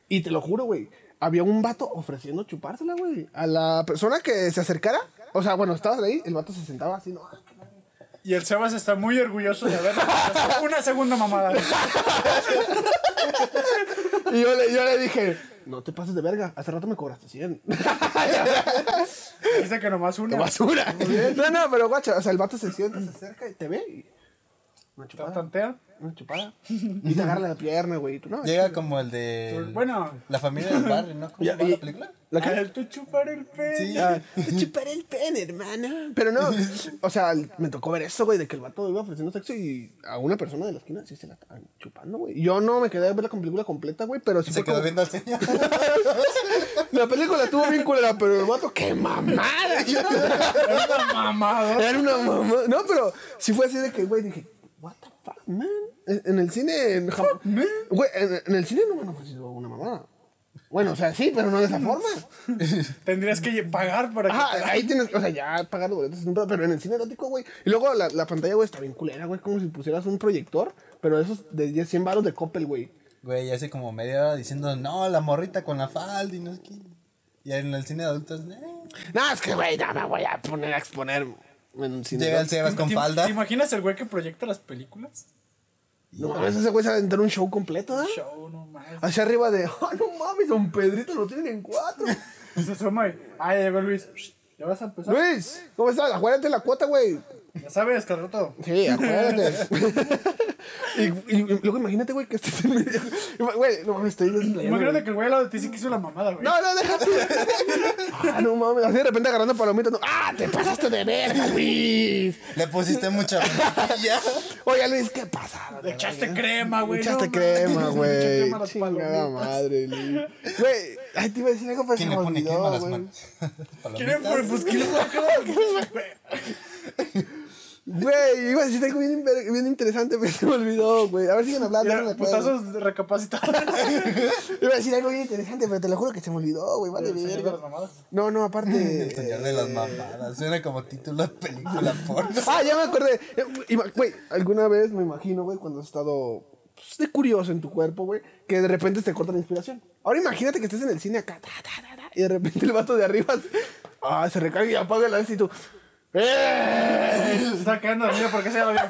S2: y te lo juro, güey. Había un vato ofreciendo chupársela, güey. A la persona que se acercara. O sea, bueno, estabas ahí, el vato se sentaba así, no.
S3: Y el Sebas está muy orgulloso de haber una segunda mamada.
S2: Y yo le, yo le dije, no te pases de verga. Hace rato me cobraste 100.
S3: Dice que nomás una.
S2: basura. No, no, pero guacha, o sea, el vato se sienta, se acerca y te ve y. Una
S3: Te
S2: chupada.
S3: tantea.
S2: Una chupada. Y te agarra la pierna, güey. Y tú no.
S4: Llega como el de.
S3: Bueno.
S4: La familia del barrio, ¿no? ¿Cómo
S2: Ya,
S4: va
S2: y-
S4: la película?
S2: ¿La que-
S3: A él te chupar el pelo.
S4: Sí.
S2: Ah, te chuparé el pene, hermana. Pero no, o sea, me tocó ver eso, güey, de que el vato iba ofreciendo sexo y a una persona de la esquina sí se la estaban chupando, güey. Yo no me quedé a ver la película completa, güey, pero sí
S4: Se
S2: fue
S4: quedó
S2: como-
S4: viendo al señor.
S2: La película estuvo bien culera, pero el vato, ¡qué mamada!
S3: Una mamada.
S2: Era una mamá. No, pero sí fue así de que, güey, dije, what the fuck, man. En, en el cine en Japón. Güey, en, en el cine no me han ofrecido una mamada. Bueno, o sea, sí, pero no de esa forma.
S3: Tendrías que pagar para que.
S2: Ajá, ahí tienes, o sea, ya pagar los boletos, es un pedo, pero en el cine erótico, güey. Y luego la, la pantalla, güey, está bien culera, güey, como si pusieras un proyector, pero esos de 10, 100 baros de Coppel, güey.
S4: Güey, hace como media hora diciendo, no, la morrita con la falda y no sé qué. Y en el cine de adultos, eh.
S2: No, es que, güey, no me voy a poner a exponer en un cine.
S4: Llega el
S2: erótico.
S4: Sebas con
S3: ¿Te-
S4: falda.
S3: ¿Te imaginas el güey que proyecta las películas?
S2: No mames, ese güey se va a aventar un show completo, ¿eh?
S3: Show, no mames.
S2: Hacia arriba de, oh, no mames, don Pedrito lo tienen en cuatro.
S3: Se asoma y. Ah, ya llegó Luis. Ya vas a empezar.
S2: Luis, ¿cómo estás? Acuérdate la cuota, güey.
S3: Ya sabes, Carloto.
S2: Sí, acuérdate. y, y- y luego imagínate, güey, que estés en medio. Güey, no mames, estoy desmayando.
S3: Imagínate
S2: güey.
S3: que el güey al lado de ti sí que hizo la mamada, güey.
S2: No, no, déjate. ah, no mames. Así de repente agarrando palomitas. No. Ah, te pasaste de verga, Luis.
S4: Le pusiste mucha mantequilla.
S2: Oye, Luis, ¿qué pasa?
S3: Le echaste crema, güey.
S2: Echaste
S3: no
S2: crema,
S3: mames. Le
S2: güey.
S3: echaste crema a las
S2: Chingada
S3: palomitas.
S2: madre, Luis. Güey, ay, te iba a decir algo, pero se
S4: ¿Quién
S2: me
S4: le pone crema a
S2: olvidó,
S4: las
S2: güey.
S4: manos?
S3: ¿Quién le pone? Pues ¿quién le pone crema? Güey.
S2: Güey, iba a decir algo bien, inver- bien interesante, pero se me olvidó, güey. A ver, siguen hablando.
S3: Mira,
S2: no me acuerdo.
S3: Putazos recapacitados.
S2: Iba a decir algo bien interesante, pero te lo juro que se me olvidó, güey. Vale,
S3: Señor de las
S2: verga.
S3: mamadas.
S2: No, no, aparte.
S4: Señor de las mamadas. Suena como título de película porno.
S2: Ah, ya me acordé. Eh, ima- Güey, alguna vez me imagino, güey, cuando has estado pues, de curioso en tu cuerpo, güey, que de repente te corta la inspiración. Ahora imagínate que estés en el cine acá, ta, ta, ta, ta, y de repente el vato de arriba ah, se recarga y apaga la vez y tú. ¡Eh!
S3: Se está quedando dormido porque se ya lo vio.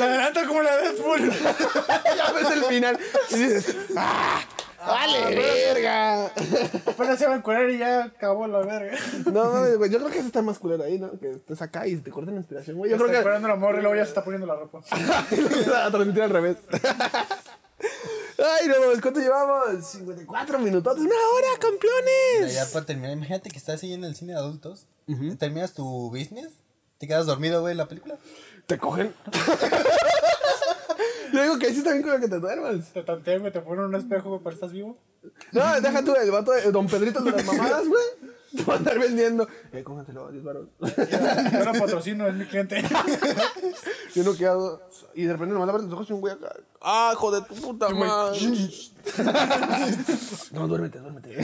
S3: La adelanta como la de Deadpool.
S2: ya ves el final. Y dices, ¡Ah! ¡Vale, verga!
S3: Apenas se va a curar y ya acabó la verga.
S2: No, mames, güey, yo creo que eso está más culero ahí, ¿no? Que te saca y te corta la inspiración, güey. Yo
S3: Está
S2: creo que.
S3: curando la morra y luego ya se está poniendo la ropa.
S2: a transmitir al revés. Ay, no mames, ¿cuánto llevamos? 54 minutos, una hora, campeones.
S4: Ya para terminar, imagínate que estás ahí en el cine de adultos. Terminas tu business. Te quedas dormido, güey, en la película.
S2: Te cogen. Yo digo que ahí sí está bien con lo que te duermas.
S3: Te tantean, güey, te ponen un espejo, güey, pero estás vivo.
S2: No, deja tú el vato de Don Pedrito de las mamadas, güey. Te va a andar vendiendo. Eh, cógetelo, 10 varos.
S3: Yo lo patrocino, es mi cliente.
S2: Yo no quedo. Y de repente nomás abres los ojos y un güey acá. ¡Ah, hijo de tu puta madre! no, duérmete, duérmete.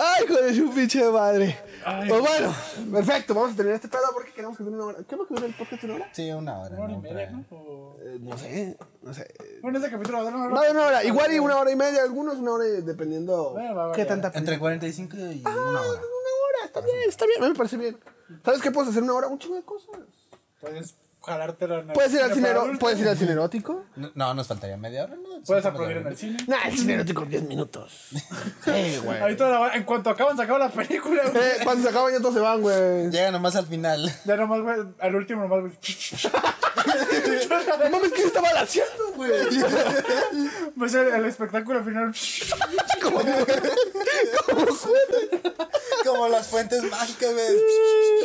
S2: ¡Ay, hijo de su pinche madre!
S3: Ay,
S2: Pues bueno, perfecto, vamos a terminar este pedo porque queremos que dure una hora. ¿Qué más que dure el podcast una hora?
S4: Sí, una hora.
S3: una hora y
S4: ¿no?
S3: media, ¿no?
S4: Otra-
S3: O-
S2: Eh, no sé, no sé.
S3: Bueno, ese capítulo va a durar una
S2: Va de
S3: hora.
S2: una hora, igual y una hora y media, algunos una hora y- dependiendo
S3: Bueno, va, va,
S2: qué
S3: ya.
S2: tanta
S4: Entre 45 y una hora.
S2: Una hora, está bien, está bien, a mí me parece bien. ¿Sabes qué puedes hacer una hora? Un chingo de cosas.
S3: Puedes jalártelo en el
S2: Puedes ir al
S3: cine
S2: cine,
S3: para adultos.
S2: puedes ir al cine erótico.
S4: No, No, nos faltaría media hora, ¿no?
S3: Puedes
S4: Cinco
S3: aplaudir en
S4: media
S3: el cine.
S2: Nah, el cine erótico 10 minutos. Sí, güey.
S3: Ahorita la va- en cuanto acaban, se acaba la película. güey.
S2: Eh, cuando se acaban ya todos se van, güey.
S4: hora. Llega nomás al final.
S3: Ya nomás, güey, al último nomás, güey.
S2: No mames, ¿qué se está balanceando, güey?
S3: Pues el, el espectáculo final.
S4: Como las fuentes mágicas, güey.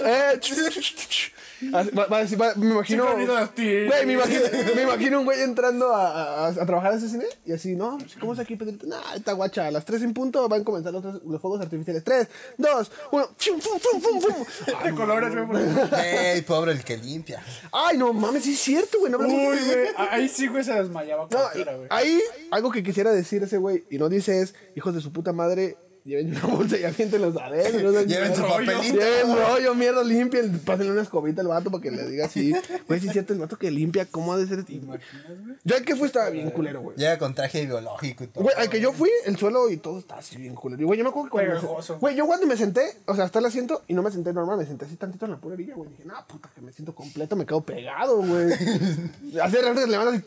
S2: Eh, ch- ch- ch- ch- Así, va- va- así, va- me imagino.
S3: Sincronizado, sí.
S2: Güey, me imagino, me imagino un güey entrando a, a- a trabajar a ese cine y así, no, pues, ¿cómo es aquí, Pedrito? Nah, está guacha, a las 3 en punto van a comenzar los, tres- los fuegos artificiales. 3, 2, 1.
S3: De colores, güey. porque-
S4: Ey, pobre el que limpia.
S2: Ay, no mames, sí es cierto, güey. No hablamos de-
S3: Uy, güey. a- Ahí sí, güey, se desmayaba
S2: No,
S3: cualquiera, güey.
S2: ahí, algo que quisiera decir ese güey y no dice es, hijos de su puta madre, lleven una bolsa y aviéntenlos a ver. no sean
S4: Lleven su
S2: mierda.
S4: papelito.
S2: Lleven rollo, mierda, limpien, pásenle una escobita al vato para que le diga así. Güey, si es cierto, el vato que limpia, ¿cómo ha de ser? Yo al que fui estaba bien culero, güey.
S4: Llega con traje biológico y todo.
S2: Güey, al que yo fui, el suelo y todo está así bien culero. Y, Güey, yo me acuerdo que cuando... me sen-
S3: Pegajoso.
S2: Güey, yo cuando me senté, o sea, hasta el asiento, y no me senté normal, me senté así tantito en la pura orilla, güey. Dije, no, puta, que me siento completo, me quedo pegado, güey. así de repente levantas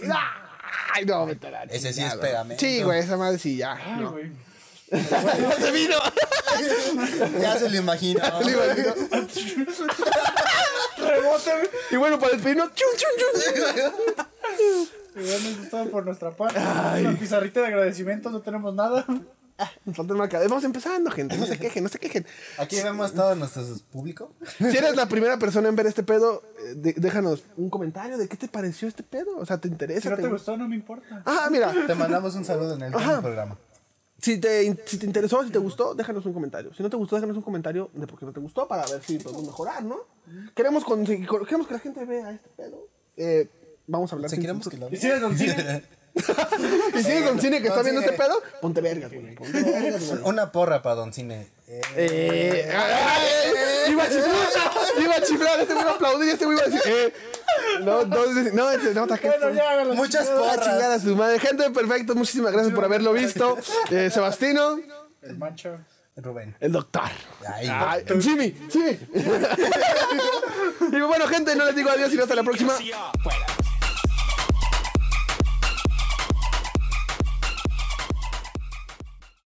S2: y... Ay, no, me tararé.
S4: Ese sí es
S2: Ya, güey.
S4: pegamento.
S2: Sí, güey, esa madre sí, ya.
S3: Ay,
S2: no.
S3: güey.
S2: se vino.
S4: Ya se lo imagino.
S2: Le iba a decir, ¿no?
S3: Rebote, güey.
S2: y bueno, para despedirnos, chun, chun, chun.
S3: Y bueno, eso es todo por nuestra parte. Una pizarrita de agradecimientos, no tenemos nada.
S2: Nos falta el marcador. Vamos empezando, gente. No se quejen, no se quejen.
S4: Aquí vemos todo nuestro público.
S2: Si eres la primera persona en ver este pedo, eh, de- déjanos un comentario de qué te pareció este pedo. O sea, ¿te
S3: Si
S2: interesa?
S3: no te
S2: ¿Te-
S3: gustó, no me importa.
S2: Ah, mira.
S4: Te mandamos un saludo en el
S2: Ajá.
S4: programa.
S2: Si te, in- si te interesó, si te gustó, déjanos un comentario. Si no te gustó, déjanos un comentario de por qué no te gustó para ver si podemos mejorar, ¿no? Queremos, conseguir- queremos que la gente vea este pedo. Eh, vamos a hablar.
S4: Si
S2: sin
S4: queremos que
S2: censura.
S4: lo
S3: Y si eres don cine,
S2: Y si es Don Cine que
S4: Don
S2: está viendo este
S4: Cine.
S2: pedo, ponte vergas, güey. Ponte vergas, güey.
S4: Una porra para Don Cine. Eh,
S2: Eh, ay, ay, ay, iba a chiflar, iba a chiflar, este güey iba a aplaudir y este güey iba a decir, eh, no, no, no, este, no, que
S3: bueno, ya hágalo.
S4: muchas
S2: Ah, chingada
S4: porras.
S2: su madre. Gente, perfecto, muchísimas gracias por haberlo visto. Eh, Sebastino,
S3: El mancha.
S4: Rubén.
S2: el doctor.
S4: Ay,
S2: Ay, Jimmy, Jimmy. y bueno, gente, no les digo adiós y hasta la próxima.
S1: Fuera.